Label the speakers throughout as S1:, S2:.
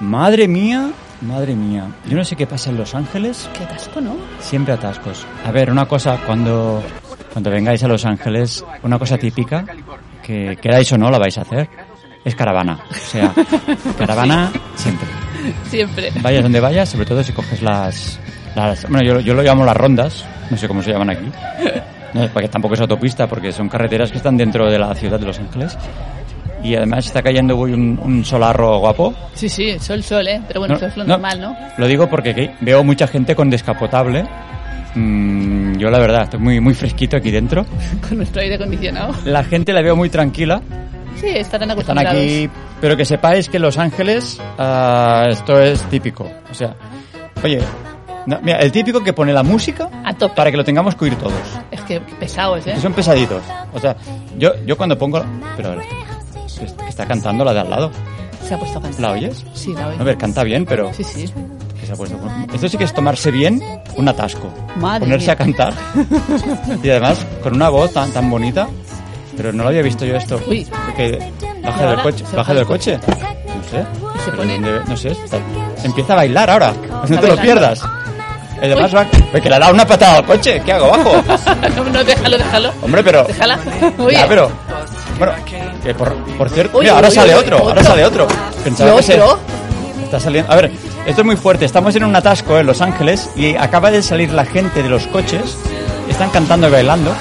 S1: Madre mía, madre mía. Yo no sé qué pasa en Los Ángeles.
S2: Qué atasco, ¿no?
S1: Siempre atascos. A ver, una cosa, cuando, cuando vengáis a Los Ángeles, una cosa típica, que queráis o no la vais a hacer, es caravana. O sea, caravana siempre.
S2: Siempre.
S1: Vayas donde vayas, sobre todo si coges las... las bueno, yo, yo lo llamo las rondas, no sé cómo se llaman aquí. No, porque tampoco es autopista, porque son carreteras que están dentro de la ciudad de Los Ángeles. Y además está cayendo hoy un, un solarro guapo.
S2: Sí, sí, sol, sol, ¿eh? Pero bueno,
S1: No,
S2: eso es lo
S1: no.
S2: normal, ¿no?
S1: Lo digo porque que- veo mucha gente con descapotable. Mm, yo la verdad, estoy muy, muy fresquito aquí dentro.
S2: Con nuestro aire acondicionado.
S1: La gente la veo muy tranquila.
S2: Sí,
S1: Están
S2: estarán acostumbrados.
S1: aquí, pero que sepáis que en Los Ángeles ah, esto es típico. O sea, oye, no, mira, el típico que pone la música
S2: A tope.
S1: para que lo tengamos que oír todos.
S2: Es que pesados, ¿eh?
S1: Que son pesaditos. O sea, yo, yo cuando pongo... Pero ahora, que está cantando la de al lado.
S2: Se ha puesto a cantar.
S1: ¿La oyes?
S2: Sí, la oigo.
S1: A ver, canta bien, pero...
S2: Sí, sí.
S1: que se ha puesto con- Esto sí que es tomarse bien un atasco.
S2: Madre
S1: Ponerse
S2: mía.
S1: a cantar. y además, con una voz tan, tan bonita. Pero no lo había visto yo esto.
S2: Uy.
S1: Que
S2: ¿Y
S1: baja del
S2: ahora?
S1: coche.
S2: ¿Se
S1: Baja
S2: baja
S1: del
S2: el
S1: coche. No sé.
S2: Y se
S1: Pero
S2: pone-
S1: debe- no sé. está- Empieza a bailar ahora. No te lo
S2: bailando.
S1: pierdas. Y además va... Oye, que le ha dado una patada al coche. ¿Qué hago? Bajo.
S2: no, no, déjalo, déjalo.
S1: Hombre, pero...
S2: Déjala. Oye.
S1: Ya, pero... Bueno, que por, por cierto...
S2: Uy,
S1: mira, ahora
S2: uy,
S1: sale
S2: uy,
S1: otro,
S2: otro.
S1: Ahora sale otro. Pensaba
S2: ¿Y
S1: que se-
S2: otro?
S1: Está saliendo. A ver, esto es muy fuerte. Estamos en un atasco en Los Ángeles y acaba de salir la gente de los coches. Están cantando y bailando.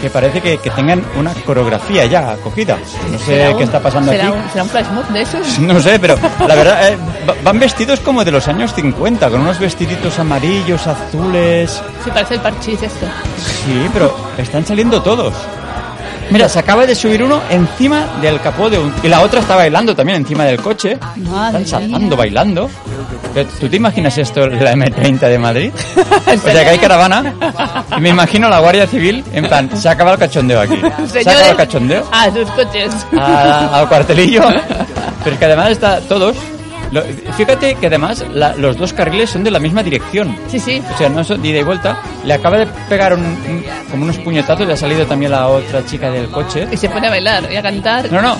S1: Que parece que, que tengan una coreografía ya acogida. No
S2: ¿Será
S1: sé
S2: un-
S1: qué está pasando
S2: será
S1: aquí.
S2: Un, ¿Será un flash mob de esos?
S1: No sé, pero la verdad, eh, va- van vestidos como de los años 50, con unos vestiditos amarillos, azules.
S2: Sí, parece el parchís esto.
S1: Sí, pero están saliendo todos. Mira, se acaba de subir uno encima del capó de un... Y la otra está bailando también encima del coche.
S2: Madre
S1: Están saltando, bailando. Pero, ¿Tú te imaginas esto, la M30 de Madrid? O sea, que hay caravana. Y me imagino la Guardia Civil, en plan, se acaba el cachondeo aquí. Se acaba el cachondeo
S2: Ah, sus coches.
S1: a- al cuartelillo. Pero es que además está todos... lo- fíjate que además la- los dos carriles son de la misma dirección.
S2: Sí, sí.
S1: O sea, no es de ida y vuelta. Le acaba de pegar un- un- como unos puñetazos. Le ha salido también la otra chica del coche.
S2: Y se pone a bailar y a cantar.
S1: No, no.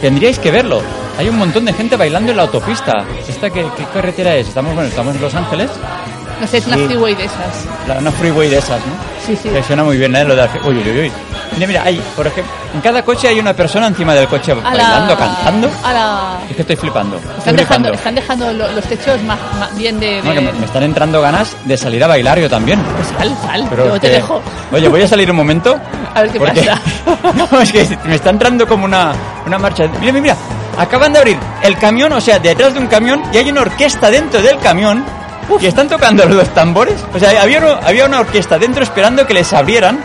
S1: Tendríais que verlo. Hay un montón de gente bailando en la autopista. ¿Esta qué, qué carretera es? Estamos, bueno, estamos en Los Ángeles.
S2: No sé, es una
S1: Sí.
S2: freeway de esas.
S1: La- una freeway de esas, ¿no?
S2: Sí, sí.
S1: Que suena muy bien, ¿eh? Lo de la fre- uy, uy, uy, uy. Mira, mira, hay, por ejemplo, en cada coche hay una persona encima del coche bailando, cantando.
S2: ¡Hala!
S1: Es que estoy flipando. Estoy
S2: Están dejando,
S1: flipando.
S2: están dejando lo- los techos más, más bien
S1: No,
S2: de... de- Pues
S1: que me, me están entrando ganas de salir a bailar yo también.
S2: Sal, sal,
S1: Pero
S2: yo
S1: es
S2: te
S1: que-
S2: dejo.
S1: Oye, voy a salir un momento.
S2: A ver qué
S1: porque-
S2: pasa.
S1: No, es que me está entrando como una, una marcha. Mira, mira, mira. Acaban de abrir el camión, o sea, detrás de un camión, y hay una orquesta dentro del camión. Y están tocando los tambores. O sea, había, uno- había una orquesta dentro esperando que les abrieran.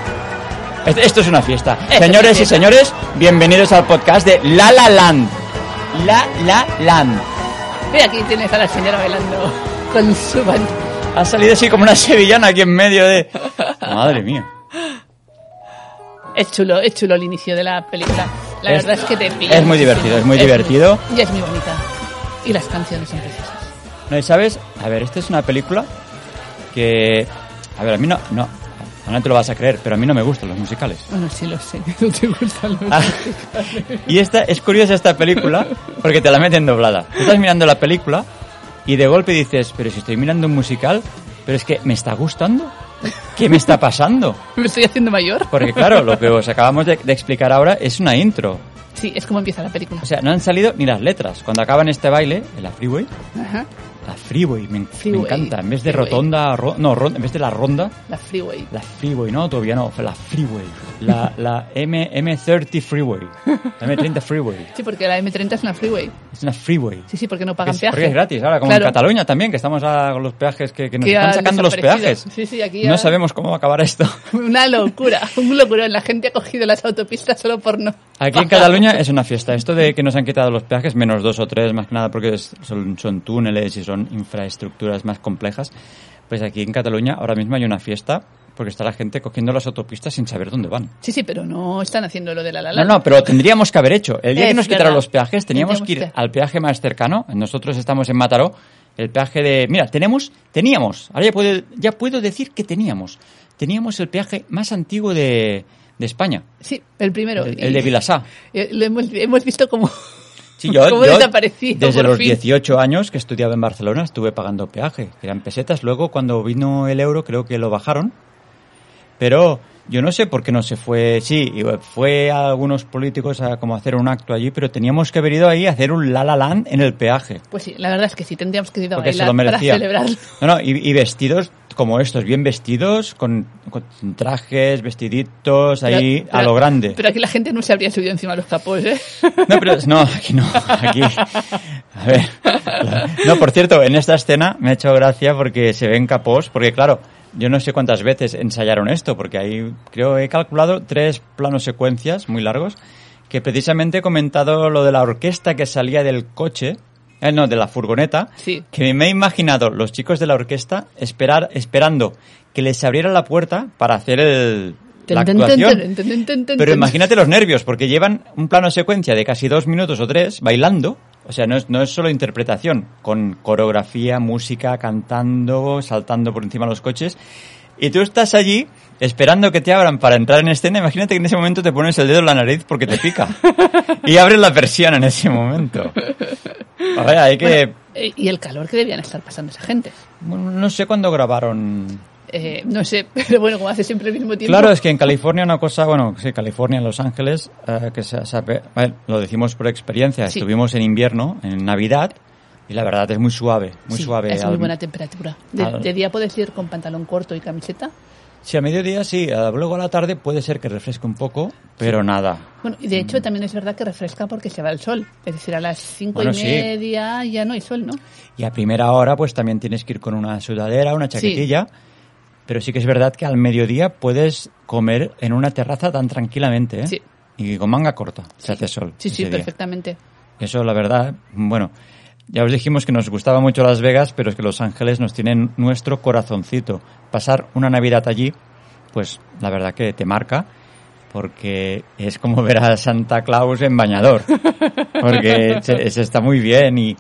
S1: Esto, esto es una fiesta.
S2: es una
S1: Señores y
S2: fiesta.
S1: señores, bienvenidos al podcast de La La Land. La La Land.
S2: Mira, aquí tienes a la señora bailando con su... ban-
S1: Ha salido así como una sevillana aquí en medio de... Madre mía.
S2: Es chulo, es chulo el inicio de la película. La
S1: Es-
S2: verdad es que te pilla.
S1: es muy divertido, es muy divertido.
S2: Y es muy bonita. Y las canciones son preciosas.
S1: No, y sabes, a ver, esta es una película que. A ver, a mí no. no ahora no te lo vas a creer, pero a mí no me gustan los musicales.
S2: Bueno, sí lo sé. No te gustan los...
S1: Ah, y esta es curiosa esta película porque te la meten doblada. Tú estás mirando la película y de golpe dices, pero si estoy mirando un musical, pero es que me está gustando. ¿Qué me está pasando?
S2: ¿Me estoy haciendo mayor?
S1: Porque claro, lo que os acabamos de, de explicar ahora es una intro.
S2: Sí, es como empieza la película.
S1: O sea, no han salido ni las letras. Cuando acaban este baile, en la freeway,
S2: Ajá.
S1: la freeway, me, me
S2: Freeway,
S1: encanta. En vez de
S2: freeway.
S1: rotonda, ro- no, ron- en vez de la ronda,
S2: La freeway.
S1: La Freeway, no, todavía no, la Freeway. La, la M, M30 Freeway. La M30 Freeway.
S2: Sí, porque la M30 es una freeway.
S1: Es una Freeway.
S2: Sí, sí, porque no pagan
S1: Es-
S2: peaje.
S1: Porque es gratis ahora, como
S2: Claro.
S1: en Cataluña también, que estamos a, con los peajes que, que nos
S2: Que
S1: están
S2: han
S1: sacando los peajes.
S2: desaparecido. Sí, sí, aquí ya-
S1: No sabemos cómo acabará esto.
S2: Una locura, un locurón. La gente ha cogido las autopistas solo por no.
S1: Aquí en Cataluña es una fiesta. Esto de que nos han quitado los peajes, menos dos o tres, más que nada, porque es- son, son túneles y son infraestructuras más complejas. Pues aquí en Cataluña ahora mismo hay una fiesta porque está la gente cogiendo las autopistas sin saber dónde van.
S2: Sí, sí, pero no están haciendo lo de la la
S1: No,
S2: la.
S1: no, pero lo tendríamos que haber hecho. El día
S2: Es
S1: que nos quitaron
S2: verdad.
S1: los peajes, teníamos que ir
S2: Tendríamos que-
S1: al peaje más cercano. Nosotros estamos en Mataró. El peaje de. Mira, tenemos. Teníamos. Ahora ya puedo, ya puedo decir que teníamos. Teníamos el peaje más antiguo de, de España.
S2: Sí, el primero.
S1: El, el de Vilassar.
S2: Eh, Lo hemos, hemos visto como.
S1: Sí, yo,
S2: ¿Cómo
S1: yo
S2: desapareció,
S1: desde
S2: por
S1: los
S2: fin?
S1: 18 años que estudiaba en Barcelona estuve pagando peaje, que eran pesetas. Luego cuando vino el euro creo que lo bajaron, pero yo no sé por qué no se fue. Sí, y fue a algunos políticos a como hacer un acto allí, pero teníamos que haber ido ahí a hacer un la la land en el peaje.
S2: Pues sí, la verdad es que sí, tendríamos que ir a
S1: Porque se
S2: bailar
S1: lo
S2: para
S1: merecía.
S2: celebrarlo.
S1: No, no, y, y vestidos como estos, bien vestidos, con, con trajes, vestiditos, ahí
S2: Pero-
S1: a
S2: pero-
S1: lo grande.
S2: Pero aquí la gente no se habría subido encima de los capós, ¿eh?
S1: No, pero no, aquí no, aquí. A ver. No, por cierto, en esta escena me ha hecho gracia porque se ven capós, porque claro, yo no sé cuántas veces ensayaron esto, porque ahí creo he calculado tres planos secuencias muy largos que precisamente he comentado lo de la orquesta que salía del coche, eh, no, de la furgoneta,
S2: Sí.
S1: que me he imaginado los chicos de la orquesta esperar esperando que les abrieran la puerta para hacer el la
S2: Ten, ten, ten,
S1: actuación.
S2: ten, ten, ten, ten, ten,
S1: Pero
S2: ten.
S1: imagínate los nervios, porque llevan un plano secuencia de casi dos minutos o tres bailando. O sea, no es, no es solo interpretación, con coreografía, música, cantando, saltando por encima de los coches. Y tú estás allí esperando que te abran para entrar en escena. Imagínate que en ese momento te pones el dedo en la nariz porque te pica. y abres la persiana en ese momento. A ver, hay que...
S2: Eh, Y el calor que debían estar pasando esa gente.
S1: No sé cuándo grabaron
S2: Eh, no sé, pero bueno, como hace siempre el mismo tiempo.
S1: Claro, es que en California una cosa, bueno, sí, California, en Los Ángeles, eh, que se sabe, bueno, lo decimos por experiencia,
S2: Sí.
S1: estuvimos en invierno, en Navidad, y la verdad es muy suave, muy
S2: Sí,
S1: suave.
S2: Es muy
S1: al-
S2: buena temperatura. De,
S1: al-
S2: de día puedes ir con pantalón corto y camiseta.
S1: Sí, a mediodía sí, eh, luego a la tarde puede ser que refresque un poco, pero nada.
S2: Bueno, y de
S1: Mm.
S2: hecho también es verdad que refresca porque se va el sol. Es decir, a las cinco
S1: Bueno,
S2: y
S1: sí.
S2: media ya no hay sol, ¿no?
S1: Y a primera hora pues también tienes que ir con una sudadera, una chaquetilla, pero sí que es verdad que al mediodía puedes comer en una terraza tan tranquilamente, ¿eh?
S2: Sí.
S1: Y con manga corta, se hace sol.
S2: Sí, sí,
S1: ese día.
S2: perfectamente.
S1: Eso, la verdad, bueno, ya os dijimos que nos gustaba mucho Las Vegas, pero es que Los Ángeles nos tienen nuestro corazoncito. Pasar una Navidad allí, pues la verdad que te marca, porque es como ver a Santa Claus en bañador, porque se, se está muy bien y,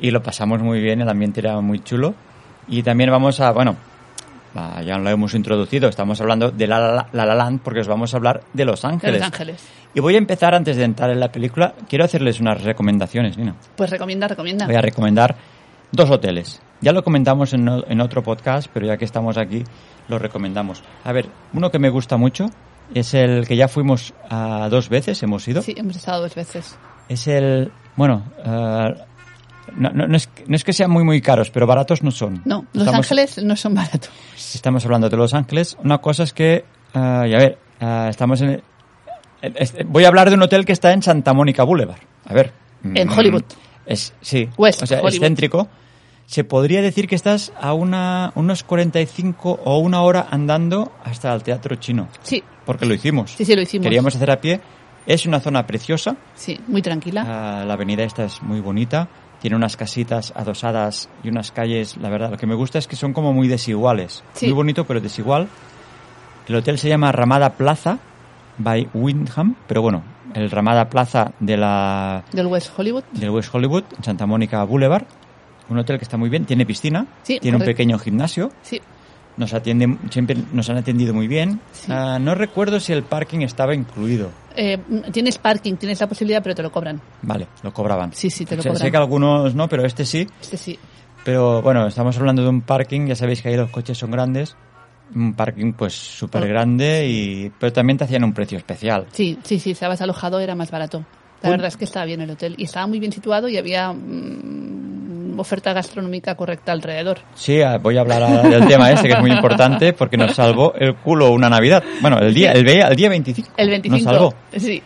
S1: y lo pasamos muy bien, el ambiente era muy chulo. Y también vamos a, bueno, ah, ya lo hemos introducido, estamos hablando de La La, La La Land, porque os vamos a hablar de Los
S2: En
S1: Ángeles.
S2: Los Ángeles.
S1: Y voy a empezar antes de entrar en la película. Quiero hacerles unas recomendaciones, Nina.
S2: Pues recomienda, recomienda.
S1: Voy a recomendar dos hoteles. Ya lo comentamos en, o- en otro podcast, pero ya que estamos aquí, lo recomendamos. A ver, uno que me gusta mucho es el que ya fuimos a dos veces, hemos ido.
S2: Sí, hemos estado dos veces.
S1: Es el. Bueno. eh, no, no- no es, que- no es que sean muy muy caros, pero baratos no son.
S2: No, Los
S1: Estamos-
S2: Ángeles no son baratos.
S1: Estamos hablando de Los Ángeles. Una cosa es que, ah, y a ver, ah, estamos en... eh, este- voy a hablar de un hotel que está en Santa Mónica Boulevard. A ver.
S2: En
S1: mm,
S2: Hollywood.
S1: Es, sí.
S2: West
S1: o sea,
S2: Hollywood.
S1: excéntrico. Se podría decir que estás a una, unos 45 o una hora andando hasta el teatro chino.
S2: Sí,
S1: Porque lo hicimos.
S2: Sí, sí, lo hicimos.
S1: Queríamos hacer a pie. Es una zona preciosa.
S2: sí, muy tranquila.
S1: Ah, la avenida esta es muy bonita. Tiene unas casitas adosadas y unas calles, la verdad, lo que me gusta es que son como muy desiguales.
S2: Sí.
S1: Muy bonito, pero desigual. El hotel se llama Ramada Plaza by Windham, pero bueno, el Ramada Plaza de la
S2: Del West Hollywood.
S1: del West Hollywood, en Santa Mónica Boulevard. Un hotel que está muy bien, tiene piscina,
S2: Sí,
S1: tiene un
S2: correcto.
S1: pequeño gimnasio,
S2: Sí,
S1: nos atienden, siempre nos han atendido muy bien.
S2: Sí.
S1: Ah, no recuerdo si el parking estaba incluido.
S2: Eh, tienes parking, tienes la posibilidad, pero te lo cobran.
S1: Vale, lo cobraban.
S2: Sí, sí, te lo
S1: Sé-
S2: cobran.
S1: Sé que algunos no, pero este sí.
S2: Este sí.
S1: Pero bueno, estamos hablando de un parking, ya sabéis que ahí los coches son grandes. Un parking pues súper grande, y, pero también te hacían un precio especial.
S2: Sí, sí, sí, estabas alojado, era más barato.
S1: Un-
S2: La verdad es que estaba bien el hotel y estaba muy bien situado y había mm, oferta gastronómica correcta alrededor.
S1: Sí, ah, voy a hablar ahora del tema este que es muy importante porque nos salvó el culo una Navidad. Bueno, el día, el, ve- el día 25.
S2: El 25.
S1: Nos salvó.
S2: Sí,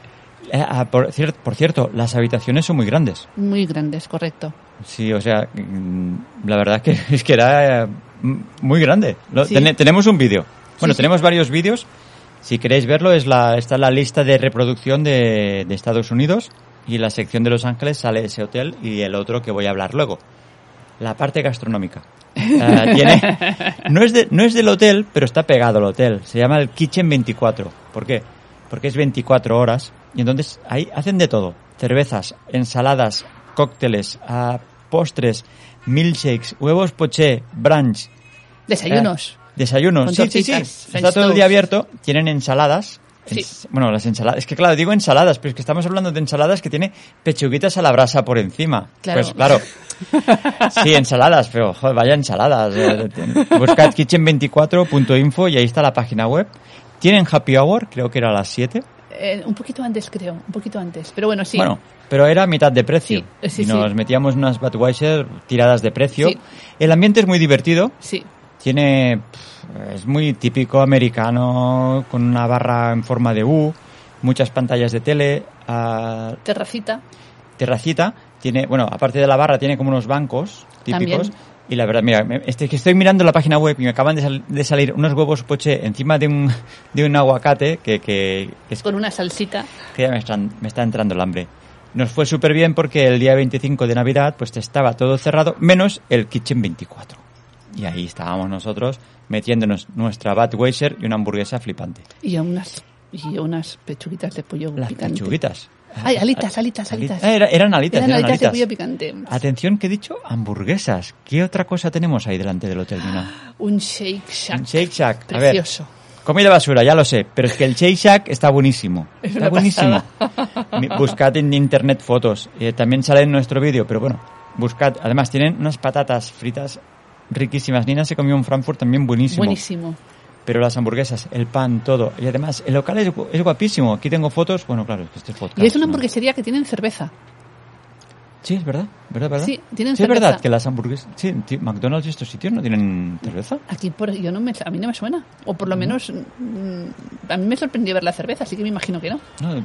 S1: Eh, ah, por, cier- por cierto, las habitaciones son muy grandes.
S2: muy grandes, correcto.
S1: Sí, o sea, mm, la verdad es que, es que era eh, m- muy grande. Lo-
S2: Sí.
S1: tene- tenemos un vídeo. Bueno,
S2: sí.
S1: tenemos varios vídeos. Si queréis verlo, es la, está la lista de reproducción de, de Estados Unidos y en la sección de Los Ángeles sale ese hotel y el otro que voy a hablar luego. La parte gastronómica. Ah, tiene- no, es de- no es del hotel, pero está pegado al hotel. Se llama el Kitchen 24. ¿Por qué? Porque es 24 horas y entonces ahí hacen de todo. Cervezas, ensaladas, cócteles, ah, postres, milkshakes, huevos poché, brunch,
S2: Desayunos.
S1: eh, desayunos,
S2: Con
S1: sí, sí, sí.
S2: tortitas, French
S1: Está todo el día
S2: toast.
S1: abierto. Tienen ensaladas
S2: Sí.
S1: Ens- Bueno, las ensaladas. Es que claro, digo ensaladas, pero es que estamos hablando de ensaladas que tiene pechuguitas a la brasa por encima.
S2: Claro.
S1: Pues claro. Sí, ensaladas, pero joder, vaya ensaladas. eh. Buscad kitchen24.info y ahí está la página web. Tienen happy hour, creo que era a las 7.
S2: Eh, un poquito antes, creo. Un poquito antes. Pero bueno, sí.
S1: Bueno, pero era a mitad de precio.
S2: Sí, eh, sí,
S1: y nos
S2: sí.
S1: metíamos unas Budweiser tiradas de precio.
S2: Sí.
S1: El ambiente es muy divertido.
S2: Sí.
S1: Tiene. pf, Es muy típico americano, con una barra en forma de U, muchas pantallas de tele, ah,
S2: Terracita.
S1: terracita. Tiene, bueno, aparte de la barra, tiene como unos bancos típicos.
S2: También.
S1: Y la verdad, mira, me- este, que estoy mirando la página web y me acaban de, sal- de salir unos huevos poché encima de un, de un aguacate que, que, que es
S2: Con una salsita.
S1: que ya me, están- me está entrando el hambre. Nos fue súper bien porque el día 25 de Navidad pues estaba todo cerrado, menos el Kitchen 24. Y ahí estábamos nosotros metiéndonos nuestra Budweiser y una hamburguesa flipante.
S2: Y unas, y unas pechuguitas de pollo
S1: Las
S2: picante.
S1: pechuguitas.
S2: Ay, alitas, alitas, alitas.
S1: Ah, era- eran alitas.
S2: Eran
S1: eran
S2: alitas de pollo
S1: alitas.
S2: picante.
S1: Atención que he dicho hamburguesas. ¿Qué otra cosa tenemos ahí delante del hotel, Nina?
S2: Un shake shack.
S1: Ah. Un Shake Shack. A ver.
S2: Ah, Precioso.
S1: Comida basura, ya lo sé, pero es que el Shake Shack está buenísimo.
S2: Es
S1: Está
S2: una
S1: buenísimo. Mi- Buscad en internet fotos. eh, también sale en nuestro vídeo, pero bueno, buscad. Además, tienen unas patatas fritas riquísimas. Nina se comió un Frankfurt también buenísimo.
S2: Buenísimo.
S1: Pero las hamburguesas, el pan, todo. Y además, el local es, gu- es guapísimo. Aquí tengo fotos. Bueno, claro, es que este es podcast,
S2: Y es una
S1: ¿no?
S2: hamburguesería que tienen cerveza.
S1: Sí, es verdad. ¿Verdad, verdad?
S2: Sí, tienen
S1: es verdad
S2: cerveza.
S1: que las hamburguesas. Sí, ti- McDonald's y estos sitios no tienen cerveza.
S2: Aquí por, yo no me, a mí no me suena. O por lo menos mm, a mí me sorprendió ver la cerveza, así que me imagino que no.
S1: ¿no?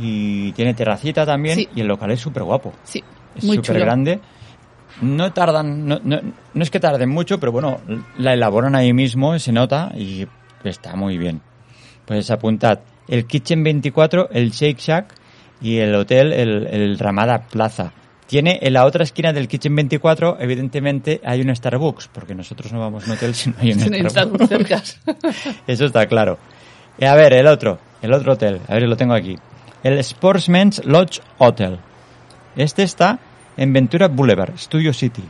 S1: Y tiene terracita también.
S2: Sí.
S1: Y el local es súper guapo.
S2: Sí,
S1: es
S2: muy
S1: súper
S2: chulo.
S1: grande. No tardan, no, no, no es que tarden mucho, pero bueno, la elaboran ahí mismo, se nota y está muy bien. Pues apuntad, el Kitchen 24, el Shake Shack y el hotel, el, el Ramada Plaza. Tiene en la otra esquina del Kitchen 24, evidentemente, hay un Starbucks, porque nosotros no vamos a un hotel si no hay un
S2: Tienen
S1: Starbucks.
S2: Starbucks cerca.
S1: Eso está claro. Y a ver, el otro, el otro hotel, a ver, lo tengo aquí. El Sportsman's Lodge Hotel. Este está en Ventura Boulevard, Studio City.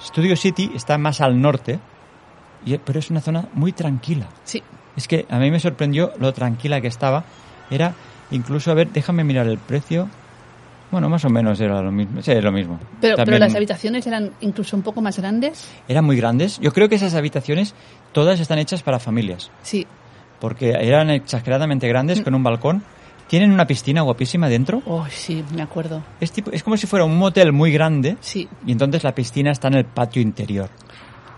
S1: Studio City está más al norte, y- eh, pero es una zona muy tranquila.
S2: Sí,
S1: Es que a mí me sorprendió lo tranquila que estaba. Era incluso, a ver, déjame mirar el precio. Bueno, más o menos era lo mismo. Sí, lo mismo.
S2: pero, pero
S1: También-
S2: las habitaciones eran incluso un poco más grandes.
S1: Eran muy grandes. Yo creo que esas habitaciones todas están hechas para familias.
S2: Sí,
S1: porque eran exageradamente grandes con un balcón. Tienen una piscina guapísima dentro.
S2: oh, sí, me acuerdo.
S1: Es, tipo, es como si fuera un motel muy grande
S2: Sí,
S1: y entonces la piscina está en el patio interior.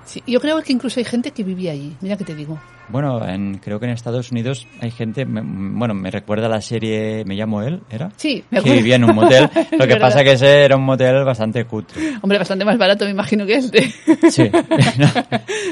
S2: sí. Yo creo que incluso hay gente que vivía allí. Mira que te digo.
S1: Bueno, en- creo que en Estados Unidos hay gente, me- bueno, me recuerda la serie Me llamo él, ¿era?
S2: Sí, me
S1: Que
S2: acuerdo.
S1: vivía en un motel. Lo que
S2: verdad.
S1: pasa que ese era un motel bastante cutre.
S2: Hombre, bastante más barato me imagino que este.
S1: Sí.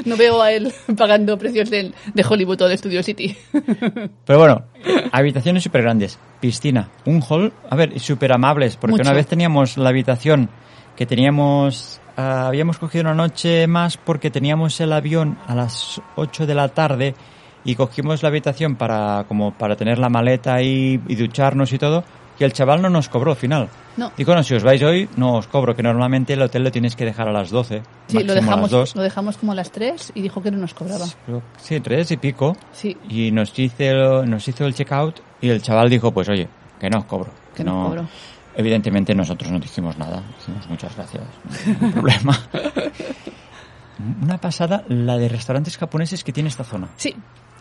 S2: no veo a él pagando precios de, de Hollywood o de Studio City.
S1: Pero bueno, habitaciones súper grandes, piscina, un hall, a ver, súper amables, porque
S2: Mucho.
S1: una vez teníamos la habitación que teníamos, ah, habíamos cogido una noche más porque teníamos el avión a las 8 de la tarde y cogimos la habitación para, como para tener la maleta ahí y ducharnos y todo, y el chaval no nos cobró al final.
S2: No.
S1: Digo, no, si os vais hoy, no os cobro, que normalmente el hotel lo tienes que dejar a las 12,
S2: Sí,
S1: máximo a
S2: lo
S1: las 2.
S2: dejamos, lo dejamos como a las tres y dijo que no nos cobraba.
S1: Creo- Sí, tres y pico
S2: Sí,
S1: y nos hizo, nos hizo el checkout y el chaval dijo, pues oye, que no os cobro.
S2: Que no os cobro.
S1: Evidentemente nosotros no dijimos nada, dijimos muchas gracias, no hay ningún problema. Una pasada la de restaurantes japoneses que tiene esta zona.
S2: sí,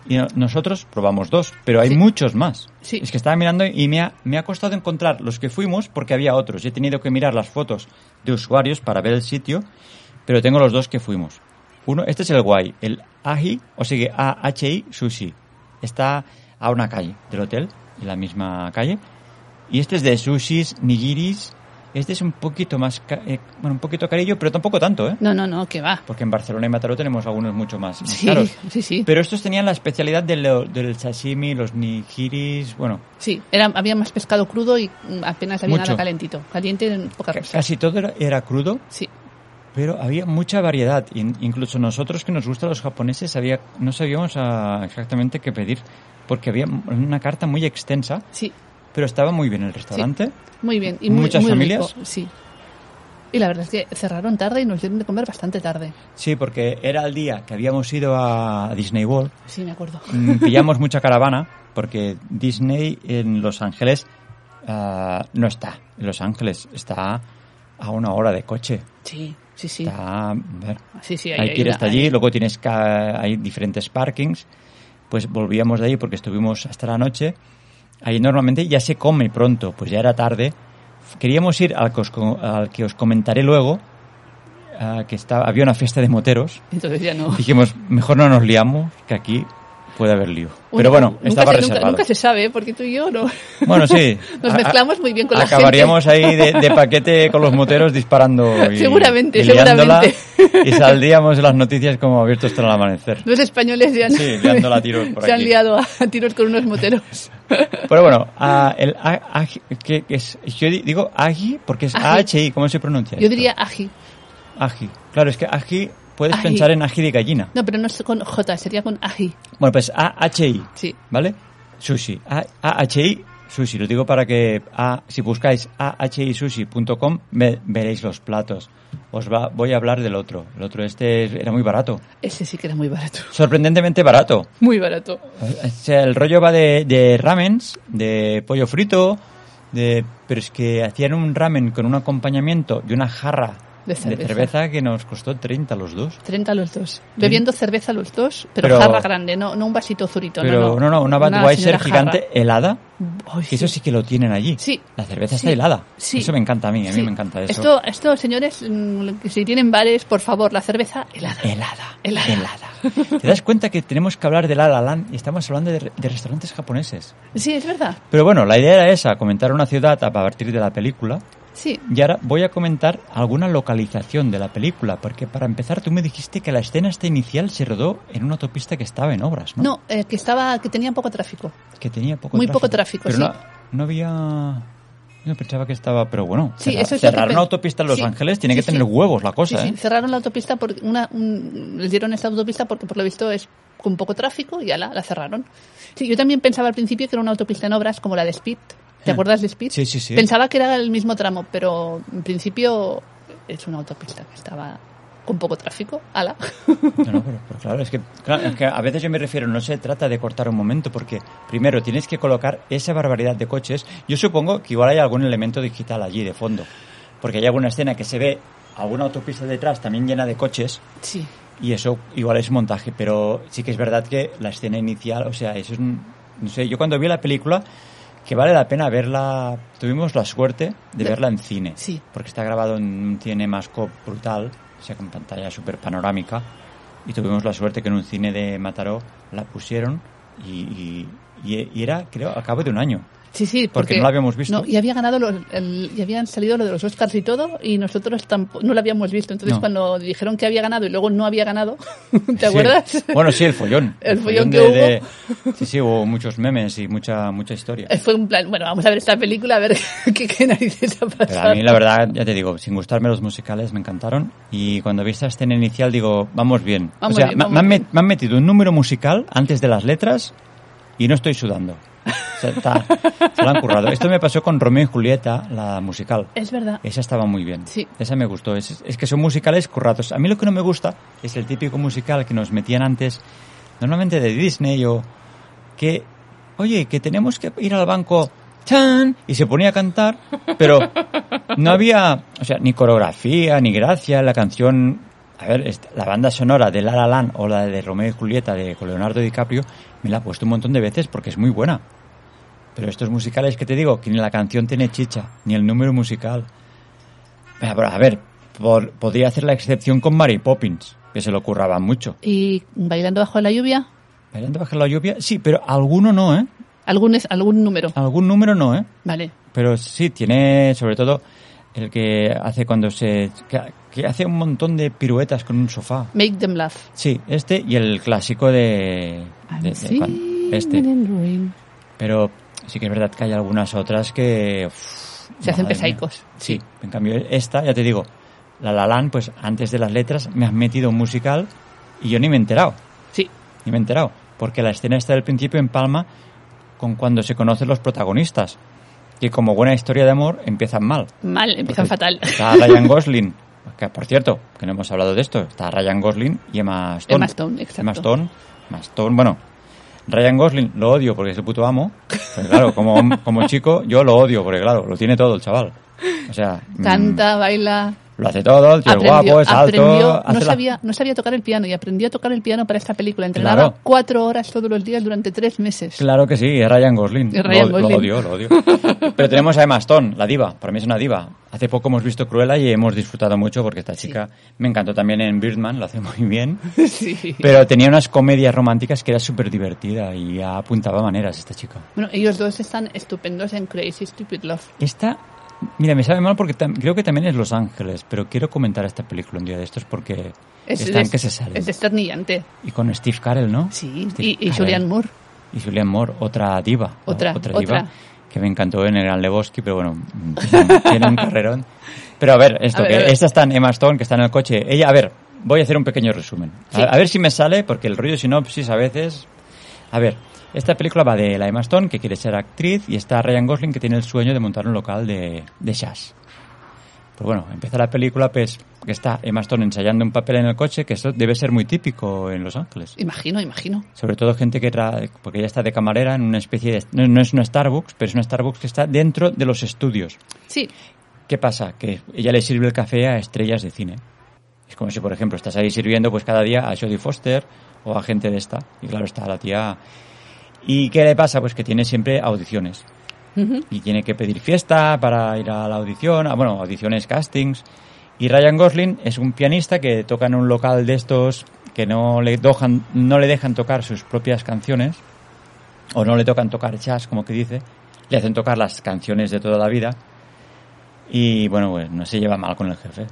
S1: Y no- nosotros probamos dos, pero hay
S2: Sí.
S1: muchos más.
S2: Sí.
S1: Es que estaba mirando y me ha, me ha costado encontrar los que fuimos porque había otros. He tenido que mirar las fotos de usuarios para ver el sitio, pero tengo los dos que fuimos. Uno, este es el guay, el Ahi, o sea, A-H-I Sushi. Está a una calle del hotel, en la misma calle. Y este es de sushis, nigiris. Este es un poquito más, ca- eh, bueno, un poquito carillo, pero tampoco tanto, ¿eh?
S2: No, no, no, que va.
S1: Porque en Barcelona y Mataró tenemos algunos mucho más, más
S2: Sí,
S1: caros.
S2: sí, sí.
S1: Pero estos tenían la especialidad de lo- del sashimi, los nigiris, bueno,
S2: Sí, era, había más pescado crudo y mm, apenas había
S1: Mucho.
S2: nada calentito. Caliente, en poca cosa.
S1: casi todo era, era crudo,
S2: Sí,
S1: pero había mucha variedad. In- incluso nosotros que nos gustan los japoneses había, no sabíamos ah, exactamente qué pedir, porque había m- una carta muy extensa,
S2: sí,
S1: pero estaba muy bien el restaurante.
S2: muy bien. Y muy,
S1: ¿Muchas
S2: muy
S1: familias?
S2: rico, Sí, Y la verdad es que cerraron tarde y nos dieron de comer bastante tarde.
S1: Sí, porque era el día que habíamos ido a Disney World.
S2: Sí, me acuerdo.
S1: Mm, Pillamos mucha caravana porque Disney en Los Ángeles ah, no está. En Los Ángeles está a una hora de coche.
S2: Sí, sí, sí.
S1: Está, a ver,
S2: Sí, sí,
S1: hay que ir
S2: una-
S1: hasta allí, luego tienes ca- hay diferentes parkings. Pues volvíamos de ahí porque estuvimos hasta la noche. Ahí normalmente ya se come pronto, pues ya era tarde. Queríamos ir al que os, co- al que os comentaré luego, ah, que estaba, había una fiesta de moteros.
S2: Entonces ya no.
S1: Dijimos, mejor no nos liamos, que aquí puede haber lío. Pero
S2: Uno-
S1: bueno,
S2: nunca
S1: estaba
S2: se- nunca-
S1: reservado.
S2: Nunca, se sabe, porque tú y yo no.
S1: Bueno, sí.
S2: Nos
S1: A- a-
S2: mezclamos muy bien con la gente.
S1: Acabaríamos ahí de, de paquete con los moteros disparando. Y,
S2: Seguramente,
S1: y liándola,
S2: seguramente.
S1: Y saldríamos en las noticias como abierto hasta el amanecer.
S2: Los españoles ya han,
S1: Sí, liándola a tiros por
S2: se han
S1: aquí.
S2: liado a, a tiros con unos moteros.
S1: Pero bueno, a- el a- a- que que es, yo di- digo aji porque es
S2: Ají.
S1: AHI, ¿cómo se pronuncia?
S2: Yo
S1: esto?
S2: diría ají.
S1: ají. Claro, es que ají puedes
S2: Ají.
S1: pensar en ají de gallina.
S2: No, pero no es con J, sería con ají.
S1: Bueno, pues AHI.
S2: Sí.
S1: ¿Vale? Sushi. A- AHI Sushi. Lo digo para que a- si buscáis ahisushi.com ve- veréis los platos. Os va- voy a hablar del otro. El otro este es- era muy barato.
S2: Ese sí que era muy barato.
S1: Sorprendentemente barato.
S2: Muy barato.
S1: O sea, el rollo va de, de ramens, de pollo frito, de, pero es que hacían un ramen con un acompañamiento y una jarra
S2: De cerveza.
S1: que nos costó 30 los dos.
S2: 30 los dos. Bebiendo cerveza los dos, pero,
S1: Mm. Pero-
S2: jarra grande, no, no un vasito zurito.
S1: Pero
S2: no, no,
S1: una
S2: señora
S1: Budweiser
S2: jarra.
S1: gigante helada.
S2: Ay,
S1: Que eso sí que lo tienen allí.
S2: Sí.
S1: La cerveza
S2: Sí.
S1: está helada.
S2: Sí.
S1: Eso me encanta a mí, a mí
S2: Sí.
S1: me encanta eso.
S2: Esto, esto, señores, mm, que si tienen bares, por favor, la cerveza helada.
S1: Eh, Helada.
S2: Helada.
S1: ¿Te das cuenta que tenemos que hablar de La La Land y estamos hablando de, re- de restaurantes japoneses?
S2: Sí, es verdad.
S1: Pero bueno, la idea era esa, comentar una ciudad a partir de la película.
S2: Sí.
S1: Y ahora voy a comentar alguna localización de la película, porque para empezar tú me dijiste que la escena esta inicial se rodó en una autopista que estaba en obras, ¿no?
S2: No, eh, que estaba, que tenía poco tráfico.
S1: Que tenía poco
S2: Muy
S1: tráfico.
S2: poco tráfico,
S1: Pero
S2: sí.
S1: no, no había... Yo pensaba que estaba... Pero bueno,
S2: Sí,
S1: cerrar,
S2: eso es lo que
S1: cerrar
S2: pe-
S1: una autopista en Los
S2: Sí.
S1: Ángeles tiene
S2: Sí,
S1: que tener
S2: sí.
S1: huevos la cosa,
S2: Sí, sí,
S1: ¿eh?
S2: Cerraron la autopista porque una, un- les dieron esta autopista porque por lo visto es con poco tráfico y ya la, la cerraron. Sí, yo también pensaba al principio que era una autopista en obras como la de Speed. ¿Te
S1: Ah.
S2: acuerdas de Speed?
S1: Sí, sí, sí.
S2: Pensaba que era el mismo tramo, pero en principio es una autopista que estaba con poco tráfico. Ala.
S1: No, no, pero, pero claro, es que, claro, es que a veces yo me refiero, no se trata de cortar un momento, porque primero tienes que colocar esa barbaridad de coches. Yo supongo que igual hay algún elemento digital allí de fondo, porque hay alguna escena que se ve alguna autopista detrás también llena de coches,
S2: Sí.
S1: y eso igual es montaje, pero sí que es verdad que la escena inicial, o sea, eso es un- no sé, yo cuando vi la película que vale la pena verla, tuvimos la suerte de verla en cine,
S2: Sí.
S1: porque está grabado en un cinemascope brutal, o sea, con pantalla súper panorámica, y tuvimos la suerte que en un cine de Mataró la pusieron y, y- y- y era, creo, a cabo de un año.
S2: Sí, sí,
S1: Porque no la habíamos visto.
S2: No, y había ganado los- el- y habían salido lo de los Oscars y todo, y nosotros tampoco, no lo habíamos visto. Entonces,
S1: No.
S2: cuando dijeron que había ganado y luego no había ganado, ¿te
S1: Sí.
S2: acuerdas?
S1: Bueno, sí, el follón.
S2: El follón que
S1: Sí, sí, hubo muchos memes y mucha, mucha historia.
S2: Fue un plan, bueno, vamos a ver esta película, a ver qué, qué narices ha
S1: Pero
S2: pasado.
S1: a mí, la verdad, ya te digo, sin gustarme los musicales, me encantaron. Y cuando vi esta escena inicial, digo, vamos bien.
S2: Vamos
S1: o sea,
S2: bien,
S1: me,
S2: vamos
S1: me han
S2: bien.
S1: met- me han metido un número musical antes de las letras y no estoy sudando. O sea, está- se lo han currado. Esto me pasó con Romeo y Julieta, la musical.
S2: Es verdad.
S1: Esa estaba muy bien.
S2: Sí.
S1: Esa me gustó. Es, es que son musicales curratos. A mí lo que no me gusta es el típico musical que nos metían antes, normalmente de Disney o que, oye, que tenemos que ir al banco, chan, y se ponía a cantar, pero no había, o sea, ni coreografía, ni gracia, la canción, a ver, est- la banda sonora de La La Land o la de Romeo y Julieta de con Leonardo DiCaprio, me la he puesto un montón de veces porque es muy buena. Pero estos musicales que te digo, que ni la canción tiene chicha, ni el número musical. Ah, pero, A ver, por- podría hacer la excepción con Mary Poppins, que se lo curraba mucho.
S2: ¿Y bailando bajo la lluvia?
S1: ¿Bailando bajo la lluvia? Sí, pero alguno no, ¿eh?
S2: ¿Algún, es, algún número?
S1: Algún número no, ¿eh?
S2: Vale.
S1: Pero sí, tiene sobre todo el que hace cuando se... que, que hace un montón de piruetas con un sofá.
S2: Make them laugh.
S1: Sí, este y el clásico de...
S2: Ah,
S1: de- de-
S2: I'm
S1: este.
S2: singing in the rain.
S1: Pero sí que es verdad que hay algunas otras que... uf,
S2: Se
S1: madre
S2: hacen
S1: mía.
S2: pesaicos.
S1: Sí, en cambio esta, ya te digo, la La Land, pues antes de las letras me has metido un musical y yo ni me he enterado,
S2: Sí.
S1: ni me he enterado. Porque la escena está del principio en Palma con cuando se conocen los protagonistas. que como buena historia de amor empiezan mal.
S2: Mal, empiezan fatal.
S1: Está Ryan Gosling, que por cierto, que no hemos hablado de esto, está Ryan Gosling y Emma Stone.
S2: Emma Stone, exacto.
S1: Emma Stone, Emma Stone, bueno, Ryan Gosling lo odio porque es el puto amo. Pero claro, como, como chico yo lo odio porque claro, lo tiene todo el chaval. O sea, mm,
S2: Canta, baila.
S1: lo hace todo, el tío es guapo, es alto.
S2: aprendió- no,
S1: hace la-
S2: sabía, no sabía tocar el piano y aprendió a tocar el piano para esta película. Entrenaba
S1: Claro.
S2: cuatro horas todos los días durante tres meses.
S1: Claro que sí, es Ryan Gosling.
S2: Es Ryan
S1: lo, lo
S2: Gosling.
S1: odio, lo odio. Pero tenemos a Emma Stone, la diva. Para mí es una diva. Hace poco hemos visto Cruella y hemos disfrutado mucho porque esta chica me encantó también en Birdman, lo hace muy bien.
S2: Sí.
S1: Pero tenía unas comedias románticas que era súper divertida y apuntaba maneras esta chica.
S2: Bueno, ellos dos están estupendos en Crazy Stupid Love.
S1: Esta, mira, me sabe mal porque tam- creo que también es Los Ángeles, pero quiero comentar esta película un día de estos porque están
S2: des-
S1: que se salen.
S2: es desternillante.
S1: Y con Steve Carell, ¿no?
S2: Sí,
S1: Steve
S2: y, y
S1: Carell.
S2: Julianne Moore.
S1: Y Julian Moore, otra diva. ¿no?
S2: Otra,
S1: diva.
S2: otra.
S1: Que me encantó en el Gran Lebowski, pero bueno, tiene- tiene un carrerón. Pero a ver, esto,
S2: A ver,
S1: que
S2: a ver.
S1: esta está en Emma Stone, que está en el coche. Ella, a ver, voy a hacer un pequeño resumen. A-
S2: Sí.
S1: A, ver si me sale, porque el rollo sinopsis a veces. A ver, esta película va de la Emma Stone, que quiere ser actriz, y está Ryan Gosling, que tiene el sueño de montar un local de, de jazz. Pues bueno, empieza la película, pues, que está Emma Stone ensayando un papel en el coche, que eso debe ser muy típico en Los Ángeles.
S2: Imagino, imagino.
S1: Sobre todo gente que tra- porque ella está de camarera en una especie de... No, no es una Starbucks, pero es una Starbucks que está dentro de los estudios.
S2: Sí,
S1: ¿Qué pasa? Que ella le sirve el café a estrellas de cine. Es como si, por ejemplo, estás ahí sirviendo pues cada día a Jodie Foster o a gente de esta. Y claro, está la tía... ¿Y qué le pasa? Pues que tiene siempre audiciones. Y tiene que pedir fiesta para ir a la audición. Ah, Bueno, audiciones, castings. Y Ryan Gosling es un pianista que toca en un local de estos que no le, dojan- no le dejan tocar sus propias canciones o no le tocan tocar jazz, como que dice, le hacen tocar las canciones de toda la vida y bueno, pues no se lleva mal con el jefe,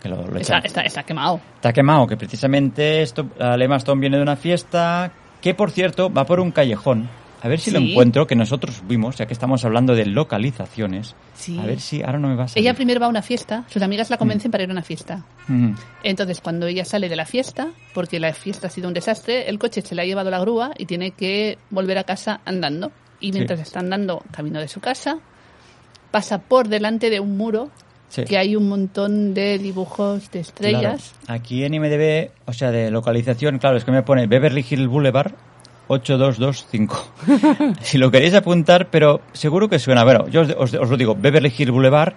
S1: que lo, lo
S2: está,
S1: echan.
S2: está, está quemado.
S1: Está quemado, que precisamente esto, Lema Stone viene de una fiesta que, por cierto, va por un callejón. A ver si lo
S2: Sí.
S1: encuentro, que nosotros vimos, ya que estamos hablando de localizaciones.
S2: Sí.
S1: A ver si ahora no me va a salir.
S2: Ella primero va a una fiesta, sus amigas la convencen para ir a una fiesta.
S1: Mm.
S2: Entonces, cuando ella sale de la fiesta, porque la fiesta ha sido un desastre, el coche se la ha llevado la grúa y tiene que volver a casa andando. Y mientras está andando camino de su casa, pasa por delante de un muro
S1: Sí.
S2: que hay un montón de dibujos de estrellas.
S1: Claro. Aquí en IMDB, o sea, de localización, claro, es que me pone Beverly Hills Boulevard 8225. si lo queréis apuntar, pero seguro que suena. Bueno, yo os, os- os lo digo, Beverly Hills Boulevard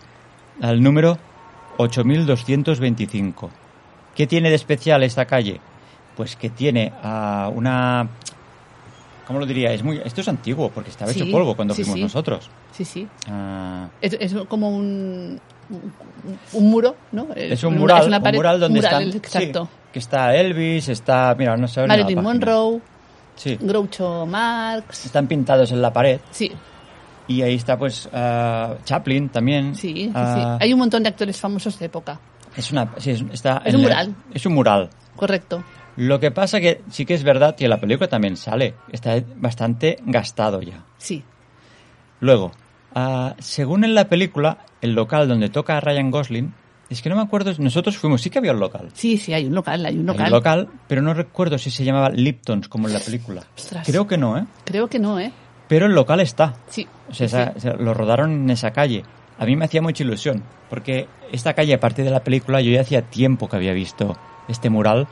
S1: al número 8225. ¿Qué tiene de especial esta calle? Pues que tiene a una... ¿Cómo lo diría? Es muy, esto es antiguo, porque estaba
S2: Sí,
S1: hecho polvo cuando
S2: sí,
S1: fuimos
S2: sí.
S1: nosotros.
S2: Sí, sí.
S1: Ah,
S2: Es, es como un, un, un muro, ¿no?
S1: es un mural,
S2: una
S1: un
S2: pared-
S1: mural donde
S2: mural,
S1: están...
S2: Exacto.
S1: sí, que está Elvis, está... Mira, no sé... ni la
S2: Marilyn
S1: página.
S2: Monroe,
S1: Sí.
S2: Groucho Marx.
S1: Están pintados en la pared.
S2: Sí,
S1: Y ahí está, pues, ah, Chaplin también.
S2: sí, sí,
S1: Ah,
S2: sí. Hay un montón de actores famosos de época.
S1: Es, una, sí, es- está
S2: Es
S1: en la-
S2: un mural.
S1: es un mural.
S2: Correcto.
S1: Lo que pasa que sí que es verdad que la película también sale. Está bastante gastado ya.
S2: Sí.
S1: Luego, ah, según en la película, el local donde toca Ryan Gosling, es que no me acuerdo, nosotros fuimos, sí que había un local.
S2: Sí, sí, hay un local, hay
S1: Hay
S2: un
S1: un
S2: local.
S1: local, pero no recuerdo si se llamaba Liptons como en la película.
S2: Ostras.
S1: Creo que no, ¿eh?
S2: Creo que no, ¿eh?
S1: Pero el local está.
S2: Sí.
S1: O sea, esa- o sea, lo rodaron en esa calle. A mí me hacía mucha ilusión, porque esta calle, a partir de la película, yo ya hacía tiempo que había visto este mural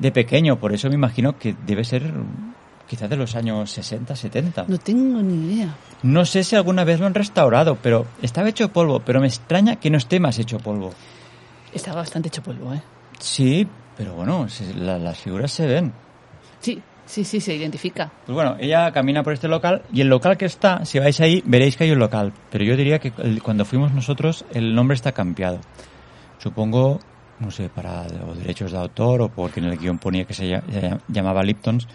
S1: de pequeño, por eso me imagino que debe ser mm, quizás de los años 60, 70.
S2: No tengo ni idea.
S1: No sé si alguna vez lo han restaurado, pero estaba hecho polvo, pero me extraña que no esté más hecho polvo.
S2: Estaba bastante hecho polvo, ¿eh?
S1: Sí, pero bueno, se- la- las figuras se ven.
S2: Sí, sí, sí, se identifica.
S1: Pues bueno, ella camina por este local y el local que está, si vais ahí, veréis que hay un local. Pero yo diría que el- cuando fuimos nosotros el nombre está cambiado. Supongo, no sé, para o derechos de autor o porque en el guión ponía que se, lla- se lla- llamaba Liptons.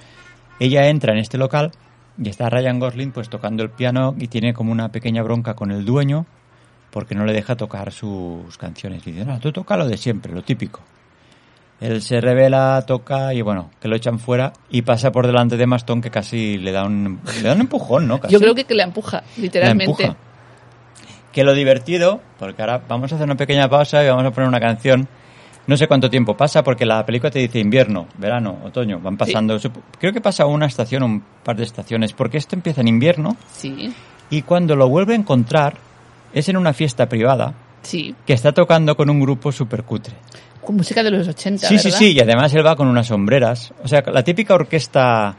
S1: Ella entra en este local y está Ryan Gosling pues tocando el piano y tiene como una pequeña bronca con el dueño porque no le deja tocar sus canciones. Y dice, no, tú toca lo de siempre, lo típico. Él se revela, toca y bueno, que lo echan fuera y pasa por delante de Maston que casi le da un, le da un empujón, ¿no? Casi.
S2: Yo creo que, que la empuja,
S1: ¿Ah, La
S2: literalmente.
S1: empuja. Que lo divertido, porque ahora vamos a hacer una pequeña pausa y vamos a poner una canción. No sé cuánto tiempo pasa porque la película te dice invierno, verano, otoño, van pasando. Sup- Creo que pasa una estación, un par de estaciones, porque esto empieza en invierno
S2: Sí.
S1: Y cuando lo vuelve a encontrar, es en una fiesta privada
S2: Sí,
S1: que está tocando con un grupo súper cutre.
S2: con música de los 80,
S1: Sí,
S2: ¿verdad?
S1: sí, sí, y además él va con unas sombreras. O sea, la típica orquesta,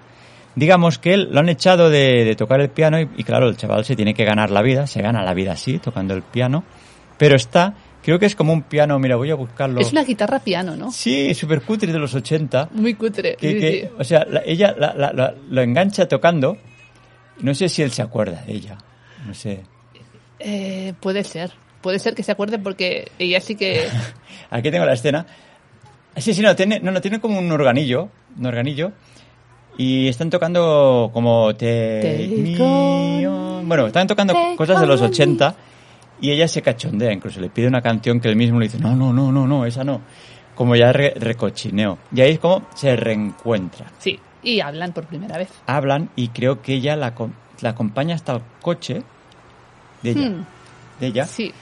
S1: digamos que él lo han echado de, de tocar el piano y, y claro, el chaval se tiene que ganar la vida, se gana la vida así, tocando el piano, pero está, creo que es como un piano, mira, voy a buscarlo.
S2: Es una guitarra piano, ¿no?
S1: Sí, súper cutre de los 80.
S2: Muy cutre.
S1: que-
S2: sí,
S1: que-
S2: sí.
S1: o sea, la- ella la- la- la- lo engancha tocando, no sé si él se acuerda de ella, no sé.
S2: Eh, puede ser. Puede ser que se acuerde porque ella sí que...
S1: Aquí tengo la escena. Sí, sí, no, tiene, no, no, tiene como un organillo, un organillo. Y están tocando como te...
S2: Take on-
S1: Bueno, están tocando
S2: take
S1: cosas de los
S2: on me.
S1: 80 y ella se cachondea, incluso le pide una canción que él mismo le dice, no, no, no, no, no, esa no. Como ya re- recochineo. Y ahí es como se reencuentran.
S2: Sí, y hablan por primera vez.
S1: Hablan y creo que ella la, acom- la acompaña hasta el coche de ella.
S2: Hmm,
S1: De ella
S2: Sí,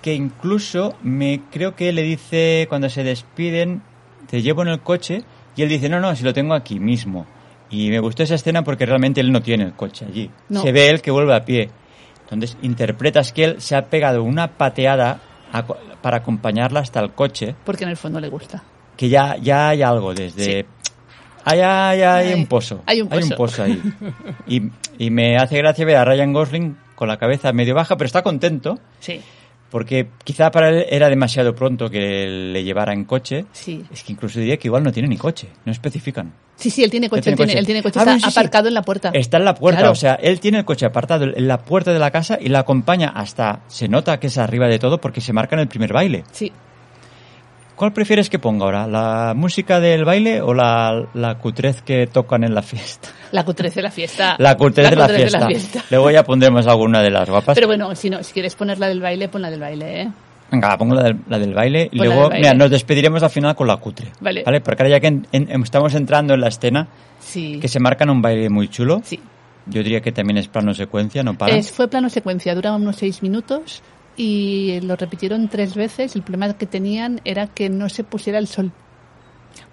S1: que incluso me creo que le dice cuando se despiden, te llevo en el coche y él dice, no, no, si lo tengo aquí mismo. Y me gustó esa escena porque realmente él no tiene el coche allí.
S2: No.
S1: Se ve él que vuelve a pie. Entonces interpretas que él se ha pegado una pateada a co- para acompañarla hasta el coche,
S2: porque en el fondo le gusta.
S1: que ya, ya hay algo desde... Hay, hay, hay un pozo.
S2: Hay un
S1: Hay un
S2: pozo.
S1: pozo ahí. Y, y me hace gracia ver a Ryan Gosling con la cabeza medio baja, pero está contento.
S2: Sí,
S1: Porque quizá para él era demasiado pronto que le llevara en coche.
S2: sí.
S1: Es que incluso diría que igual no tiene ni coche, no especifican.
S2: Sí, sí, él tiene coche,
S1: tiene
S2: él tiene,
S1: coche.
S2: él tiene coche,
S1: Ah,
S2: está
S1: bueno, sí, sí.
S2: aparcado en la puerta.
S1: Está en la puerta,
S2: Claro.
S1: o sea, él tiene el coche apartado en la puerta de la casa y la acompaña hasta, se nota que es arriba de todo porque se marca en el primer baile.
S2: Sí,
S1: ¿Cuál prefieres que ponga ahora? ¿La música del baile o la, la cutrez que tocan en la fiesta?
S2: la cutrez de la fiesta.
S1: La cutrez, de, la
S2: cutrez
S1: fiesta. Luego ya pondremos alguna de las guapas.
S2: Pero bueno, si no, si quieres poner la del baile, pon la del baile, ¿eh?
S1: Venga, pongo la del, la del baile y
S2: Pon la
S1: luego,
S2: del baile.
S1: mira, nos despediremos al final con la cutre.
S2: Vale.
S1: Porque ahora ya que en- en- estamos entrando en la escena,
S2: Sí.
S1: que se marcan un baile muy chulo.
S2: Sí.
S1: Yo diría que también es plano secuencia, no para.
S2: Es- fue plano secuencia, duraba unos seis minutos y lo repitieron tres veces. El problema que tenían era que no se pusiera el sol.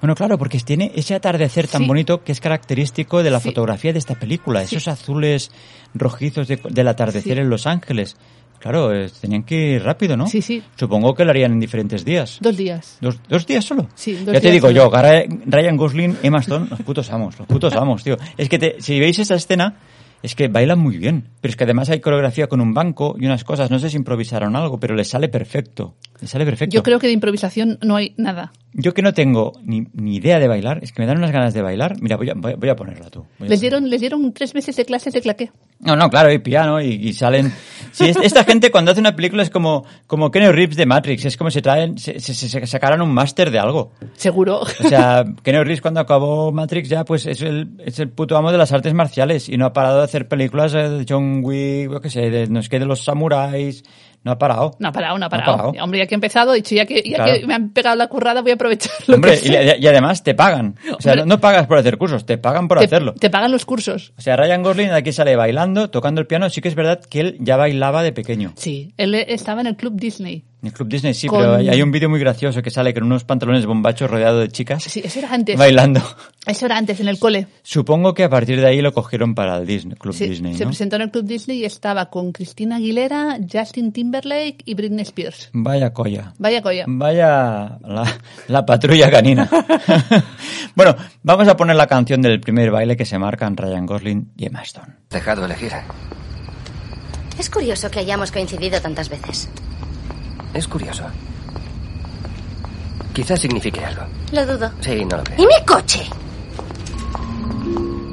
S1: Bueno, claro, porque tiene ese atardecer tan
S2: Sí.
S1: bonito que es característico de la
S2: Sí.
S1: fotografía de esta película,
S2: Sí.
S1: esos azules rojizos de- del atardecer
S2: Sí.
S1: en Los Ángeles. Claro, eh, tenían que ir rápido, ¿no?
S2: Sí, sí.
S1: Supongo que lo harían en diferentes días.
S2: Dos días.
S1: Dos, dos días solo.
S2: Sí, dos
S1: ya te
S2: días
S1: digo
S2: solo.
S1: yo, Gara- Ryan Gosling, Emma Stone, los putos amos, los putos amos, tío. Es que te- si veis esa escena, es que bailan muy bien. Pero es que además hay coreografía con un banco y unas cosas. No sé si improvisaron algo, pero les sale perfecto. Les sale perfecto.
S2: Yo creo que de improvisación no hay nada.
S1: Yo que no tengo ni, ni idea de bailar, es que me dan unas ganas de bailar. Mira, voy a, voy a- voy a ponerla tú. Voy a ponerla.
S2: Les dieron, les dieron tres meses de clases de claqué.
S1: No, no, claro, hay piano y, y salen. Sí, es- esta gente cuando hace una película es como, como Kenny Reeves de Matrix, es como si traen, se, se, se- se sacaran un máster de algo.
S2: Seguro.
S1: O sea, Keanu Reeves cuando acabó Matrix ya pues es el, es el puto amo de las artes marciales y no ha parado de hacer películas eh, de John Wick, yo qué sé, de no es que de los samuráis, no ha parado.
S2: No ha parado, no
S1: No
S2: ha
S1: ha
S2: parado.
S1: parado.
S2: Hombre, ya que he empezado, he dicho, ya que, ya
S1: Claro.
S2: que me han pegado la currada, voy a aprovechar lo
S1: Hombre,
S2: que
S1: y,
S2: sé.
S1: y además te pagan. O sea, no,
S2: Hombre.
S1: no pagas por hacer cursos, te pagan por
S2: te,
S1: hacerlo.
S2: te pagan los cursos.
S1: O sea, Ryan Gosling aquí sale bailando, tocando el piano. Sí que es verdad que él ya bailaba de pequeño.
S2: Sí, él estaba en el club Disney.
S1: En el Club Disney sí,
S2: Con-
S1: pero hay, hay un vídeo muy gracioso que sale con unos pantalones bombachos rodeado de chicas
S2: Sí, eso era antes.
S1: bailando.
S2: Eso era antes, en el cole.
S1: Supongo que a partir de ahí lo cogieron para el Disney, Club
S2: Sí,
S1: Disney,
S2: Se
S1: ¿no?
S2: presentó en el Club Disney y estaba con Cristina Aguilera, Justin Timberlake y Britney Spears.
S1: Vaya colla.
S2: Vaya colla.
S1: Vaya la, la patrulla canina. bueno, vamos a poner la canción del primer baile que se marcan Ryan Gosling y Emma Stone.
S3: Dejado elegir.
S4: Es curioso que hayamos coincidido tantas veces.
S3: Es curioso. Quizás signifique algo.
S4: Lo dudo.
S3: Sí, no lo
S4: ¿Y
S3: creo.
S4: mi coche?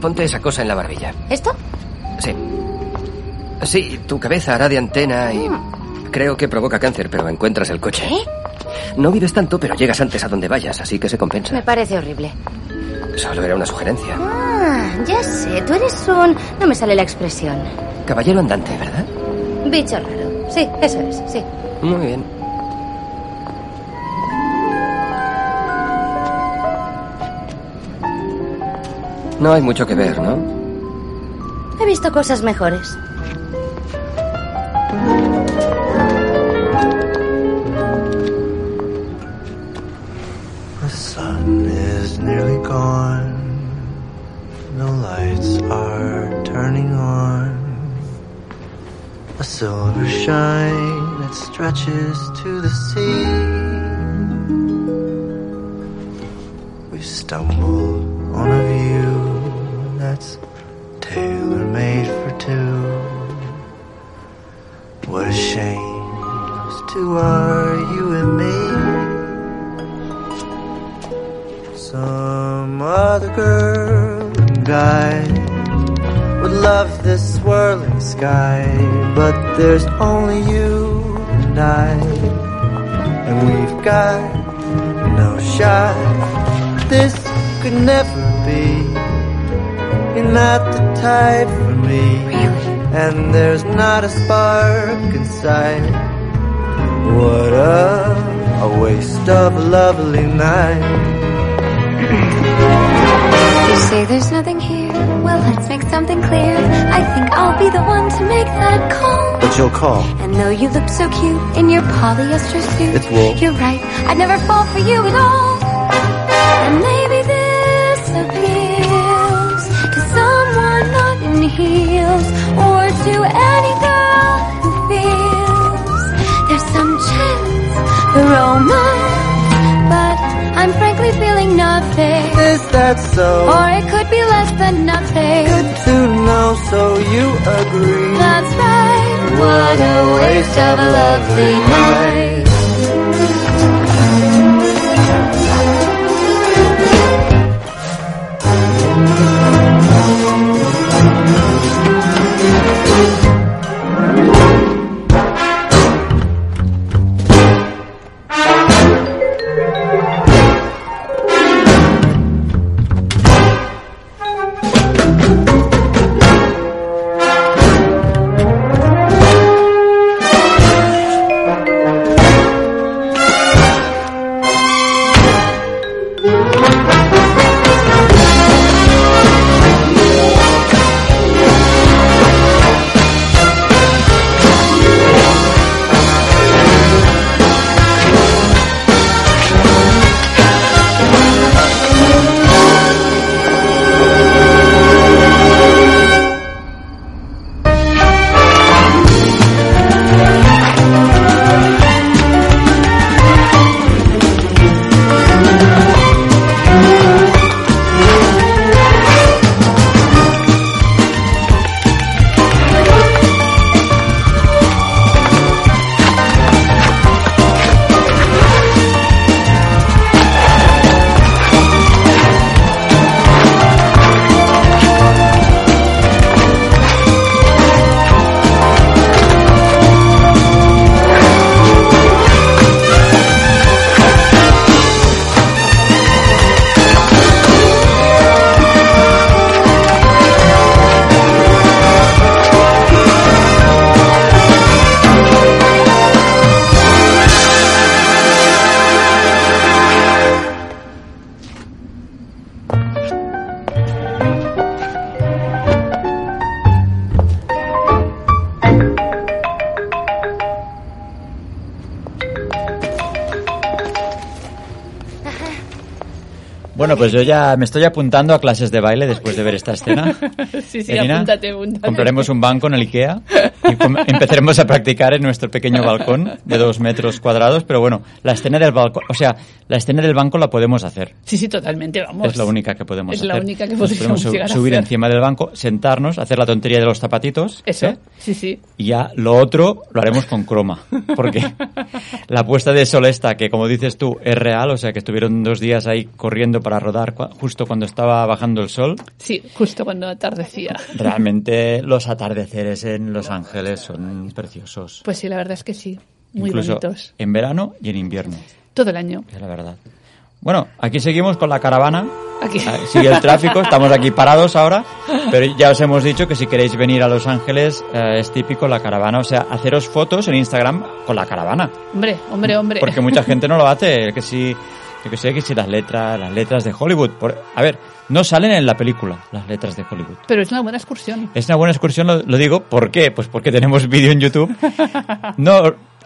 S3: Ponte esa cosa en la barbilla.
S4: ¿Esto?
S3: Sí. Sí, tu cabeza hará de antena y... Creo que provoca cáncer, pero encuentras el coche.
S4: ¿Qué?
S3: No vives tanto, pero llegas antes a donde vayas, así que se compensa.
S4: Me parece horrible.
S3: Solo era una sugerencia.
S4: Ah, ya sé, tú eres un... No me sale la expresión.
S3: Caballero andante, ¿verdad?
S4: Bicho raro. Sí, eso es, sí.
S3: Muy bien. No hay mucho que ver, ¿no?
S4: He visto cosas mejores.
S5: The sun is nearly gone. No lights are turning on. silver shine that stretches to the sea. We stumble on a view that's tailor made for two. What a shame those two are, you and me. Some other girl and guy would love this swirling sky, but there's only you and I, and we've got no shot. This could never be. You're not the type for me, and there's not a spark inside. What a, a waste of a lovely night.
S6: You say there's nothing here. Well, let's make something clear. I think I'll be the one to make that call.
S5: But you'll call.
S6: And though you look so cute in your polyester suit,
S5: It's wool.
S6: You're right. I'd never fall for you at all. And maybe this appeals to someone not in heels, or to any girl who feels there's some chance the romance. But I'm frankly feeling nothing.
S5: Is that so?
S6: Or it could be less than nothing.
S5: Good to know, so you agree.
S6: That's right. What a waste of a lovely night.
S1: Bueno, pues yo ya me estoy apuntando a clases de baile después de ver esta escena.
S2: Sí, sí,
S1: Elena,
S2: apúntate, apúntate.
S1: Compraremos un banco en el IKEA y com- empezaremos a practicar en nuestro pequeño balcón de dos metros cuadrados. Pero bueno, la escena del balcón, o sea, la escena del banco la podemos hacer.
S2: Sí, sí, totalmente, vamos.
S1: Es la única que podemos
S2: Es
S1: hacer.
S2: la única que
S1: Nos
S2: podríamos
S1: podemos
S2: llegar a
S1: subir
S2: hacer.
S1: encima del banco, sentarnos, hacer la tontería de los zapatitos.
S2: Eso,
S1: ¿eh?
S2: sí, sí.
S1: Y ya lo otro lo haremos con croma. Porque la puesta de sol esta, que como dices tú, es real, o sea que estuvieron dos días ahí corriendo para rodar cua- justo cuando estaba bajando el sol.
S2: Sí, justo cuando atardecía.
S1: Realmente los atardeceres en Los Ángeles son preciosos.
S2: Pues sí, la verdad es que sí. Muy
S1: Incluso
S2: bonitos.
S1: en verano y en invierno,
S2: Todo el año.
S1: es la verdad. Bueno, aquí seguimos con la caravana.
S2: Aquí.
S1: Ah, Sigue el tráfico, estamos aquí parados ahora, pero ya os hemos dicho que si queréis venir a Los Ángeles eh, es típico la caravana, o sea, haceros fotos en Instagram con la caravana,
S2: Hombre, hombre, hombre.
S1: porque mucha gente no lo hace, que si, yo que sé, que si las letras, las letras de Hollywood, por- a ver, no salen en la película las letras de Hollywood.
S2: Pero es una buena excursión.
S1: Es una buena excursión, lo, lo digo, ¿por qué? Pues porque tenemos vídeo en YouTube. No,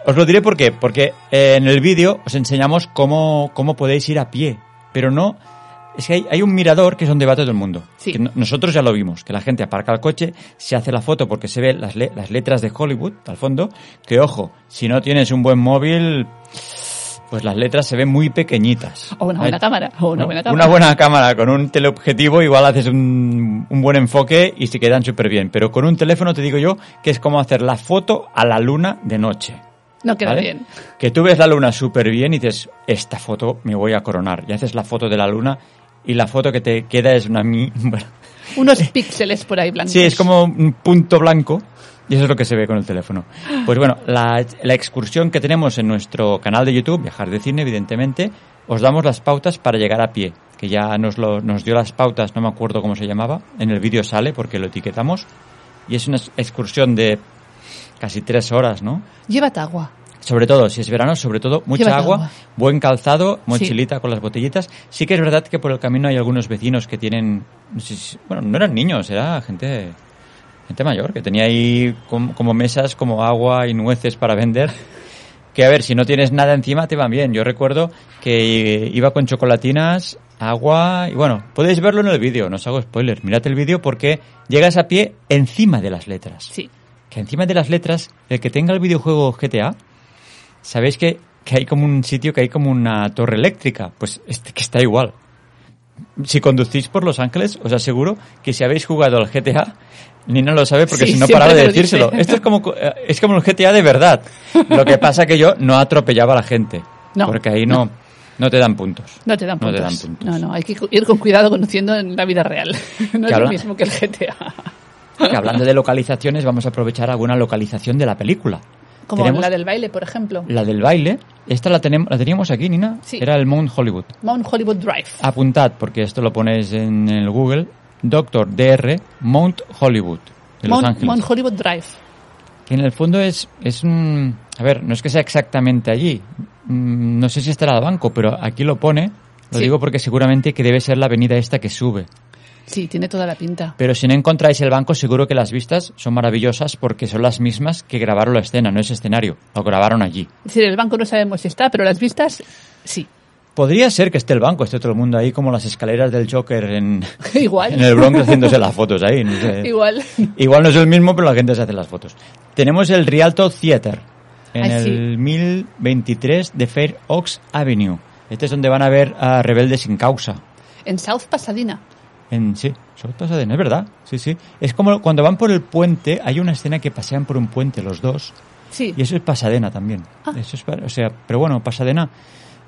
S1: os lo diré por qué. Porque eh, en el vídeo os enseñamos cómo, cómo podéis ir a pie, pero no Es que hay, hay un mirador que es donde va todo el mundo.
S2: Sí.
S1: Que no- nosotros ya lo vimos, que la gente aparca el coche, se hace la foto porque se ven las, le- las letras de Hollywood al fondo, que ojo, si no tienes un buen móvil, pues las letras se ven muy pequeñitas.
S2: O una buena
S1: Hay-
S2: cámara, o una
S1: ¿no?
S2: buena cámara.
S1: Eh, Una buena cámara con un teleobjetivo igual haces un, un buen enfoque y se quedan súper bien. Pero con un teléfono te digo yo que es como hacer la foto a la luna de noche.
S2: No queda
S1: ¿vale?
S2: bien.
S1: Que tú ves la luna súper bien y dices, esta foto me voy a coronar. Y haces la foto de la luna y la foto que te queda es una... mi- Bueno,
S2: Unos píxeles por ahí blancos.
S1: Eh, sí, es como un punto blanco y eso es lo que se ve con el teléfono. Pues bueno, la, la excursión que tenemos en nuestro canal de YouTube, Viajar de Cine, evidentemente, os damos las pautas para llegar a pie, que ya nos, lo, nos dio las pautas, no me acuerdo cómo se llamaba, en el vídeo sale porque lo etiquetamos y es una excursión de casi tres horas, ¿no?
S2: Llévate agua.
S1: Sobre todo, si es verano, sobre todo, mucha
S2: Llévate
S1: agua,
S2: agua.
S1: buen calzado, mochilita con las botellitas. Sí que es verdad que por el camino hay algunos vecinos que tienen, no sé si- bueno, no eran niños, era gente, gente mayor, que tenía ahí com- como mesas, como agua y nueces para vender. Que a ver, si no tienes nada encima te van bien. Yo recuerdo que iba con chocolatinas, agua y bueno, podéis verlo en el vídeo, no os hago spoiler. Mirad el vídeo porque llegas a pie encima de las letras
S2: Sí.
S1: que encima de las letras, el que tenga el videojuego GTA, sabéis que, que hay como un sitio que hay como una torre eléctrica, pues este que está igual. Si conducís por Los Ángeles, os aseguro que si habéis jugado al GTA, Nina lo sabe porque
S2: Sí,
S1: si no
S2: siempre
S1: paraba de
S2: te lo dice.
S1: decírselo. Esto es como, eh, es como el GTA de verdad. Lo que pasa que yo no atropellaba a la gente.
S2: No,
S1: porque ahí no, no te dan puntos.
S2: No te dan
S1: No
S2: puntos.
S1: te dan puntos.
S2: No, no, hay que ir con cuidado conduciendo en la vida real. No es
S1: habla-
S2: lo mismo que el GTA.
S1: Que hablando de localizaciones, vamos a aprovechar alguna localización de la película.
S2: Como
S1: Tenemos-
S2: la del baile, por ejemplo.
S1: La del baile, esta la, tenem- la teníamos aquí, Nina.
S2: Sí.
S1: Era el Mount Hollywood.
S2: Mount Hollywood Drive.
S1: Apuntad, porque esto lo ponéis en el Google. Doctor DR Mount Hollywood. De Los
S2: Mount,
S1: Ángeles.
S2: Mount Hollywood Drive.
S1: que en el fondo es, es un... A ver, no es que sea exactamente allí. Mm, No sé si estará el banco, pero aquí lo pone. Lo
S2: Sí.
S1: digo porque seguramente que debe ser la avenida esta que sube.
S2: Sí, tiene toda la pinta.
S1: Pero si no encontráis el banco, seguro que las vistas son maravillosas porque son las mismas que grabaron la escena, no es escenario. Lo grabaron allí.
S2: Es decir, el banco no sabemos si está, pero las vistas, sí.
S1: Podría ser que esté el banco, esté todo el mundo ahí como las escaleras del Joker en,
S2: Igual.
S1: en el Bronx haciéndose las fotos ahí. no sé.
S2: Igual.
S1: Igual no es el mismo, pero la gente se hace las fotos. Tenemos el Rialto Theater en
S2: Ah, sí.
S1: el 1023 de Fair Oaks Avenue. Este es donde van a ver a Rebelde sin causa.
S2: En South Pasadena.
S1: En, sí, sobre todo Pasadena, es verdad. Sí, sí. Es como cuando van por el puente, hay una escena que pasean por un puente los dos.
S2: Sí.
S1: Y eso es Pasadena también.
S2: Ah.
S1: Eso es, pa- o sea, pero bueno, Pasadena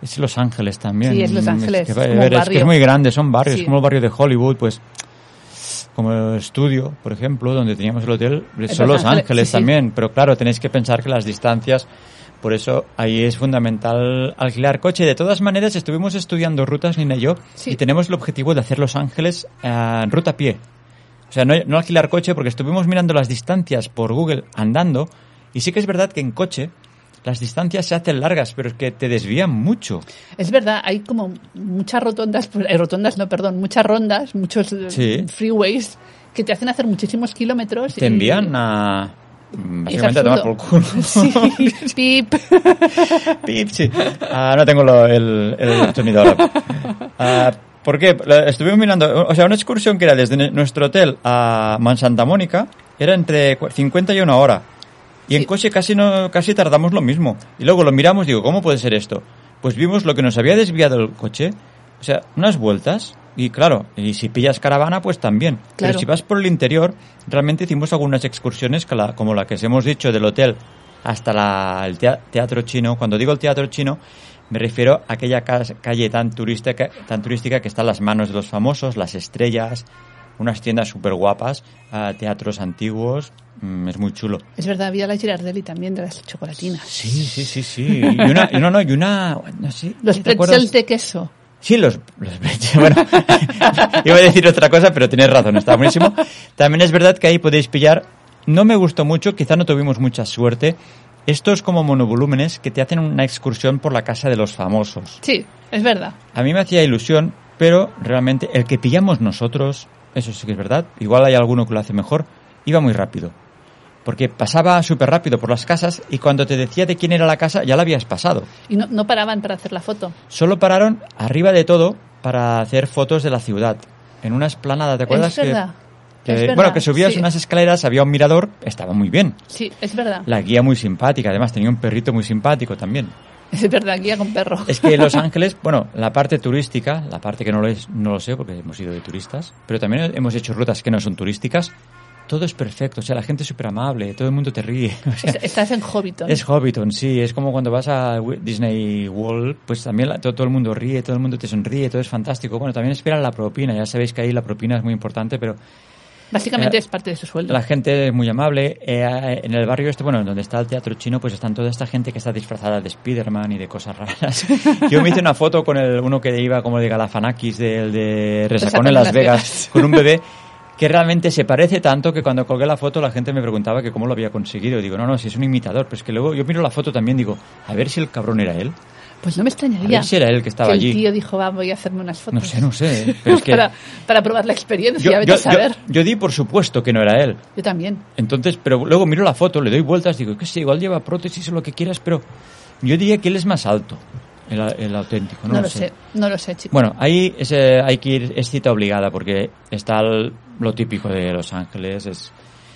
S1: es Los Ángeles también.
S2: Sí, es Los Ángeles,
S1: que,
S2: es como
S1: a ver,
S2: un
S1: es que
S2: barrio.
S1: es muy grande, son barrios,
S2: Sí.
S1: como el barrio de Hollywood, pues como el estudio, por ejemplo, donde teníamos el hotel,
S2: Es
S1: son
S2: Los
S1: Los
S2: Ángeles,
S1: Ángeles
S2: sí, sí.
S1: también, pero claro, tenéis que pensar que las distancias, por eso ahí es fundamental alquilar coche. De todas maneras, estuvimos estudiando rutas, Nina y yo,
S2: Sí.
S1: y tenemos el objetivo de hacer Los Ángeles eh, en ruta a pie. O sea, no, no alquilar coche porque estuvimos mirando las distancias por Google andando y sí que es verdad que en coche las distancias se hacen largas, pero es que te desvían mucho.
S2: Es verdad, hay como muchas rotondas, eh, rotondas no, perdón, muchas rondas, muchos eh,
S1: Sí.
S2: freeways que te hacen hacer muchísimos kilómetros.
S1: Te
S2: y-
S1: envían a... mm,
S2: y es
S1: Básicamente a tomar por culo.
S2: absurdo. Sí, pip.
S1: Pip, sí. Ah, no tengo lo- el, el sonido ahora. Ah, ¿Por qué? La- Estuvimos mirando, o sea, una excursión que era desde ne- nuestro hotel a Man Santa Mónica era entre cua- 50 y una hora. Y en
S2: Sí.
S1: coche casi, no, casi tardamos lo mismo. Y luego lo miramos y digo, ¿cómo puede ser esto? Pues vimos lo que nos había desviado el coche, o sea, unas vueltas. Y claro, y si pillas caravana, pues también.
S2: Claro.
S1: Pero si vas por el interior, realmente hicimos algunas excursiones que la- como la que os hemos dicho del hotel hasta la- el tea- teatro chino. Cuando digo el teatro chino, me refiero a aquella cas- calle tan turística, tan turística que está en las manos de los famosos, las estrellas, unas tiendas súper guapas, teatros antiguos. Mm, es muy chulo.
S2: Es verdad, había la Girardelli también de las chocolatinas.
S1: Sí, sí, sí, sí. Y una, y no, no, y una, no sé.
S2: Los
S1: ¿te acuerdas?
S2: pretzels de queso.
S1: Sí, los, los Brecht, Bueno, iba a decir otra cosa, pero tienes razón, está buenísimo. También es verdad que ahí podéis pillar. No me gustó mucho, quizá no tuvimos mucha suerte. Estos como monovolúmenes que te hacen una excursión por la casa de los famosos.
S2: Sí, es verdad.
S1: A mí me hacía ilusión, pero realmente el que pillamos nosotros, eso sí que es verdad, igual hay alguno que lo hace mejor, iba muy rápido. Porque pasaba súper rápido por las casas y cuando te decía de quién era la casa ya la habías pasado
S2: Y no, no paraban para hacer la foto.
S1: solo pararon arriba de todo para hacer fotos de la ciudad. En una esplanada, ¿te acuerdas?
S2: Es verdad.
S1: Que,
S2: Es
S1: que-
S2: verdad,
S1: bueno, que subías
S2: sí.
S1: unas escaleras, había un mirador, estaba muy bien.
S2: Sí, es verdad.
S1: La guía muy simpática, además tenía un perrito muy simpático también.
S2: Es verdad, guía con perro.
S1: Es que Los Ángeles, bueno, la parte turística, la parte que no lo es, no lo sé porque hemos ido de turistas, pero también hemos hecho rutas que no son turísticas. Todo es perfecto, o sea, la gente es súper amable, todo el mundo te ríe. o sea,
S2: Es- Estás en Hobbiton.
S1: es Hobbiton, sí, es como cuando vas a Wi- Disney World, pues también la- todo, todo el mundo ríe, todo el mundo te sonríe, todo es fantástico. Bueno, también esperan la propina, ya sabéis que ahí la propina es muy importante, pero
S2: Básicamente
S1: Eh,
S2: es parte de su sueldo.
S1: la gente es muy amable. Eh, eh, en el barrio este, bueno, donde está el teatro chino, pues están toda esta gente que está disfrazada de Spider-Man y de cosas raras. Yo me hice una foto con el uno que iba como de Galafanakis, del de Resacón en Las Vegas, con un bebé que realmente se parece tanto que cuando colgué la foto la gente me preguntaba que cómo lo había conseguido. Digo, no, no, si es un imitador. Pero es que luego yo miro la foto también digo, a ver si el cabrón era él.
S2: Pues no me extrañaría.
S1: A ver si era él que estaba
S2: el
S1: allí.
S2: tío dijo, va, voy a hacerme unas fotos.
S1: No sé, no sé. Pero es que
S2: para, para probar la experiencia, vete a saber. Yo,
S1: yo di por supuesto que no era él.
S2: también.
S1: Entonces, pero luego miro la foto, le doy vueltas, digo, que sé, igual lleva prótesis o lo que quieras, pero yo diría que él es más alto, el, el auténtico, no,
S2: No, lo sé. no lo sé, chicos.
S1: Bueno, ahí es, eh, hay que ir, es cita obligada, porque está el- lo típico de Los Ángeles, es...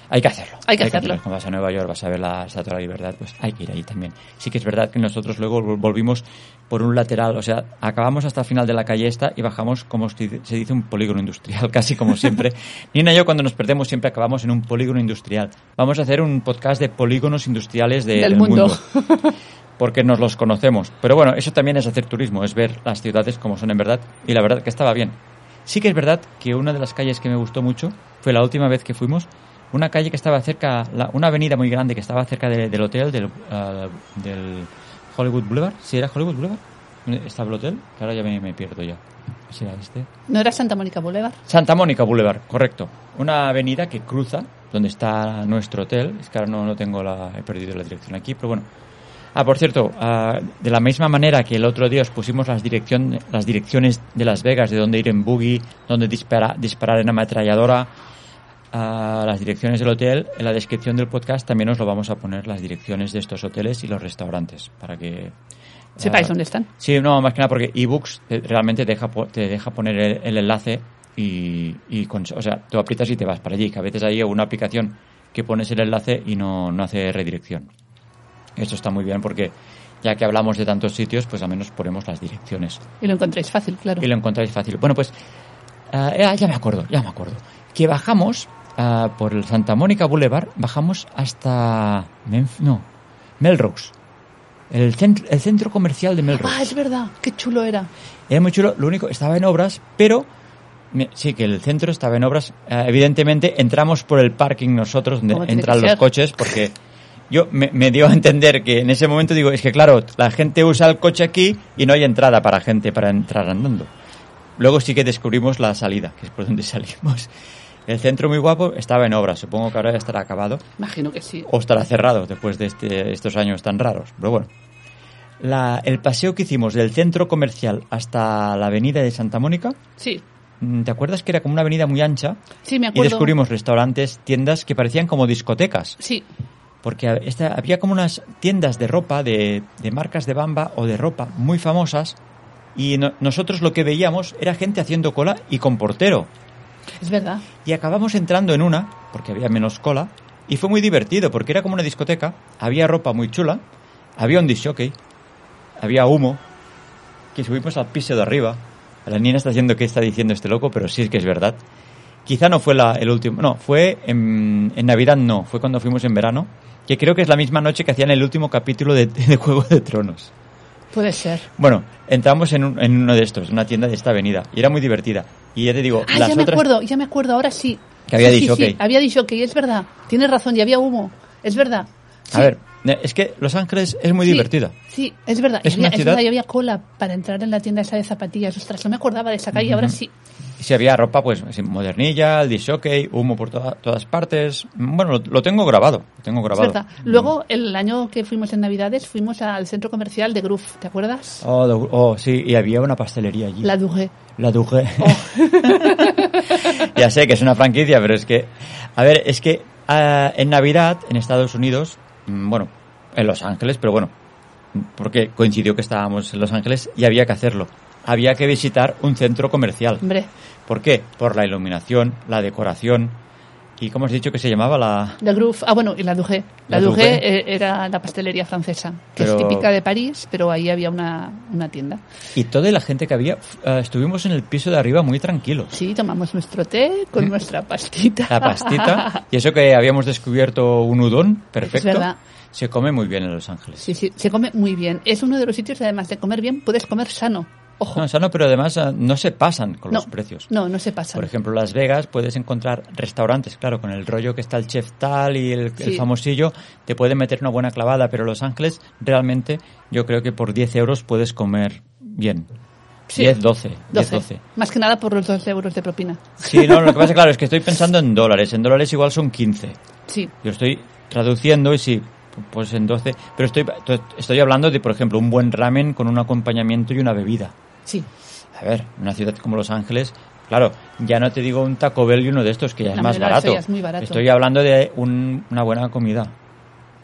S1: Hay que hacerlo.
S2: Hay que hacerlo.
S1: Cuando vas a Nueva York, vas a ver la Estatua de la Libertad, pues hay que ir ahí también. Sí que es verdad que nosotros luego vol- volvimos por un lateral, o sea, acabamos hasta el final de la calle esta y bajamos, como se dice- se dice, un polígono industrial, casi como siempre. Nina y yo cuando nos perdemos siempre acabamos en un polígono industrial. Vamos a hacer un podcast de polígonos industriales de-
S2: Del mundo.
S1: porque nos los conocemos. Pero bueno, eso también es hacer turismo, es ver las ciudades como son en verdad. Y la verdad que estaba bien. Sí que es verdad que una de las calles que me gustó mucho fue la última vez que fuimos, una calle que estaba cerca, la- una avenida muy grande que estaba cerca de- del hotel, del, ah, del Hollywood Boulevard. ¿Sí era Hollywood Boulevard? ¿Dónde estaba el hotel? Que ahora ya me, me pierdo ya. ¿Sí era este?
S2: ¿No era Santa Mónica Boulevard?
S1: Santa Mónica Boulevard, correcto. Una avenida que cruza donde está nuestro hotel. Es que ahora no, no tengo la. He perdido la dirección aquí, pero bueno. Ah, por cierto, ah, de la misma manera que el otro día os pusimos las, dirección, las direcciones de Las Vegas, de dónde ir en buggy, dónde dispara- disparar en ametralladora, a las direcciones del hotel, en la descripción del podcast también os lo vamos a poner las direcciones de estos hoteles y los restaurantes, para que...
S2: Sepáis
S1: ah,
S2: dónde están.
S1: Sí, no, más que nada porque ebooks te- realmente deja, po- te deja poner el, el enlace y, y con- o sea, tú aprietas y te vas para allí, que a veces hay una aplicación que pones el enlace y no, no hace redirección. Esto está muy bien porque ya que hablamos de tantos sitios, pues al menos ponemos las direcciones
S2: Y lo encontréis fácil, claro.
S1: y lo encontráis fácil. Bueno, pues ah, ah, ya me acuerdo, ya me acuerdo. Que bajamos ah, por el Santa Mónica Boulevard, bajamos hasta Menf- no, Melrose. El centro, el centro comercial de Melrose.
S2: Ah, es verdad. Qué chulo era.
S1: Era muy chulo, lo único, estaba en obras, pero me- sí que el centro estaba en obras. Eh, evidentemente entramos por el parking nosotros,
S2: Como
S1: donde
S2: tiene
S1: entran
S2: que
S1: los
S2: ser.
S1: coches, porque yo me, me dio a entender que en ese momento digo, es que claro, la gente usa el coche aquí y no hay entrada para gente para entrar andando. Luego sí que descubrimos la salida, que es por donde salimos. El centro muy guapo estaba en obras, supongo que ahora ya estará acabado
S2: Imagino que sí.
S1: o estará cerrado después de este- estos años tan raros. Pero bueno, La- el paseo que hicimos del centro comercial hasta la avenida de Santa Mónica,
S2: Sí.
S1: mm, ¿te acuerdas que era como una avenida muy ancha?
S2: Sí, me
S1: Y
S2: acuerdo.
S1: descubrimos restaurantes, tiendas que parecían como discotecas,
S2: Sí.
S1: porque ha- esta- había como unas tiendas de ropa, de, de marcas de bamba o de ropa muy famosas, y no- nosotros lo que veíamos era gente haciendo cola y con portero.
S2: Es verdad.
S1: Y acabamos entrando en una, porque había menos cola, y fue muy divertido, porque era como una discoteca, había ropa muy chula, había un disjockey, había humo, que subimos al piso de arriba. La niña está diciendo qué está diciendo este loco, pero sí es que es verdad. Quizá no fue la, el último, no, fue en, en Navidad, no, fue cuando fuimos en verano, que creo que es la misma noche que hacían el último capítulo de, de Juego de Tronos.
S2: Puede ser.
S1: Bueno, entramos en, un- en uno de estos, una tienda de esta avenida, y era muy divertida. Y ya te digo,
S2: Ah,
S1: las
S2: ya me
S1: otras...
S2: acuerdo, ya me acuerdo, ahora sí.
S1: Que había
S2: Sí, sí,
S1: dicho,
S2: sí,
S1: ok.
S2: había dicho que es verdad. Tienes razón, y había humo. Es verdad.
S1: A ver, ne- es que Los Ángeles es muy
S2: Sí,
S1: divertida.
S2: Sí, es verdad.
S1: Es
S2: Es,
S1: una
S2: verdad,
S1: ciudad-
S2: es verdad, y había cola para entrar en la tienda esa de zapatillas. Ostras, no me acordaba de esa calle, ahora sí.
S1: Y si había ropa, pues así, modernilla, el dishockey, humo por toda- todas partes. Bueno, lo, lo tengo grabado, lo tengo
S2: Es
S1: grabado.
S2: verdad. Luego, el año que fuimos en Navidades, fuimos al centro comercial de Groove, ¿te acuerdas?
S1: Oh, lo- oh, sí, y había una pastelería allí.
S2: La Oh. Dugué.
S1: La Duge. ya sé que es una franquicia, pero es que. A ver, es que ah, en Navidad, en Estados Unidos, mm, bueno, en Los Ángeles, pero bueno, porque coincidió que estábamos en Los Ángeles y había que hacerlo. había que visitar un centro comercial.
S2: Hombre,
S1: ¿Por qué? Por la iluminación, la decoración y, ¿cómo has dicho que se llamaba la...?
S2: La Groove, ah bueno, y la Dugé. La,
S1: La
S2: Dugé
S1: Dugé.
S2: eh, era la pastelería francesa, que es
S1: Pero-
S2: típica de París, pero ahí había una, una tienda.
S1: Y toda la gente que había, f- eh, estuvimos en el piso de arriba muy tranquilos.
S2: Sí, tomamos nuestro té con nuestra pastita.
S1: Mm. La pastita, y eso que habíamos descubierto un udón, perfecto.
S2: verdad.
S1: Se come muy bien en Los Ángeles.
S2: Sí, sí, se come muy bien. Es uno de los sitios, además de comer bien, puedes comer sano. Ojo.
S1: No, sano, pero además eh, no se pasan Ah, con
S2: No,
S1: los precios.
S2: No, no se pasa.
S1: Por ejemplo, Las Vegas puedes encontrar restaurantes, claro, con el rollo que está el chef tal y el, el
S2: Sí.
S1: famosillo, te pueden meter una buena clavada, pero Los Ángeles realmente yo creo que por 10 euros puedes comer bien.
S2: Sí.
S1: 10, 12, 10,
S2: 12.
S1: 12.
S2: Más que nada por los 12 euros de propina.
S1: Sí, no, lo que pasa, claro, es que estoy pensando en dólares. En dólares igual son 15.
S2: Sí,
S1: Yo estoy traduciendo y sí, pues en 12. Pero estoy, estoy hablando de, por ejemplo, un buen ramen con un acompañamiento y una bebida.
S2: sí.
S1: A ver, una ciudad como Los Ángeles, claro, ya no te digo un Taco Bell y uno de estos, que ya es
S2: No,
S1: más
S2: hombre, no,
S1: barato.
S2: eso ya es muy barato.
S1: Estoy hablando de un- una buena comida.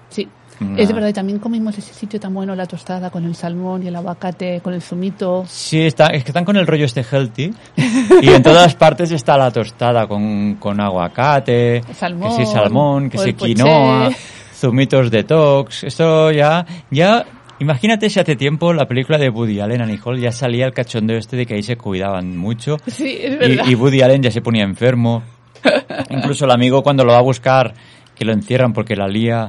S2: Sí.
S1: Nah.
S2: Es verdad, y también comimos ese sitio tan bueno, la tostada con el salmón y el aguacate, con el zumito.
S1: Sí, está, es que están con el rollo este healthy y en todas partes está la tostada con, con aguacate,
S2: Salmón,
S1: que sí salmón, que
S2: o
S1: sí
S2: el poché.
S1: quinoa, zumitos detox. Esto ya, ya, imagínate si hace tiempo la película de Woody Allen, Annie Hall, ya salía el cachondeo este de que ahí se cuidaban mucho.
S2: Sí, es verdad.
S1: Y, y Woody Allen ya se ponía enfermo. Incluso el amigo cuando lo va a buscar, que lo encierran porque la lía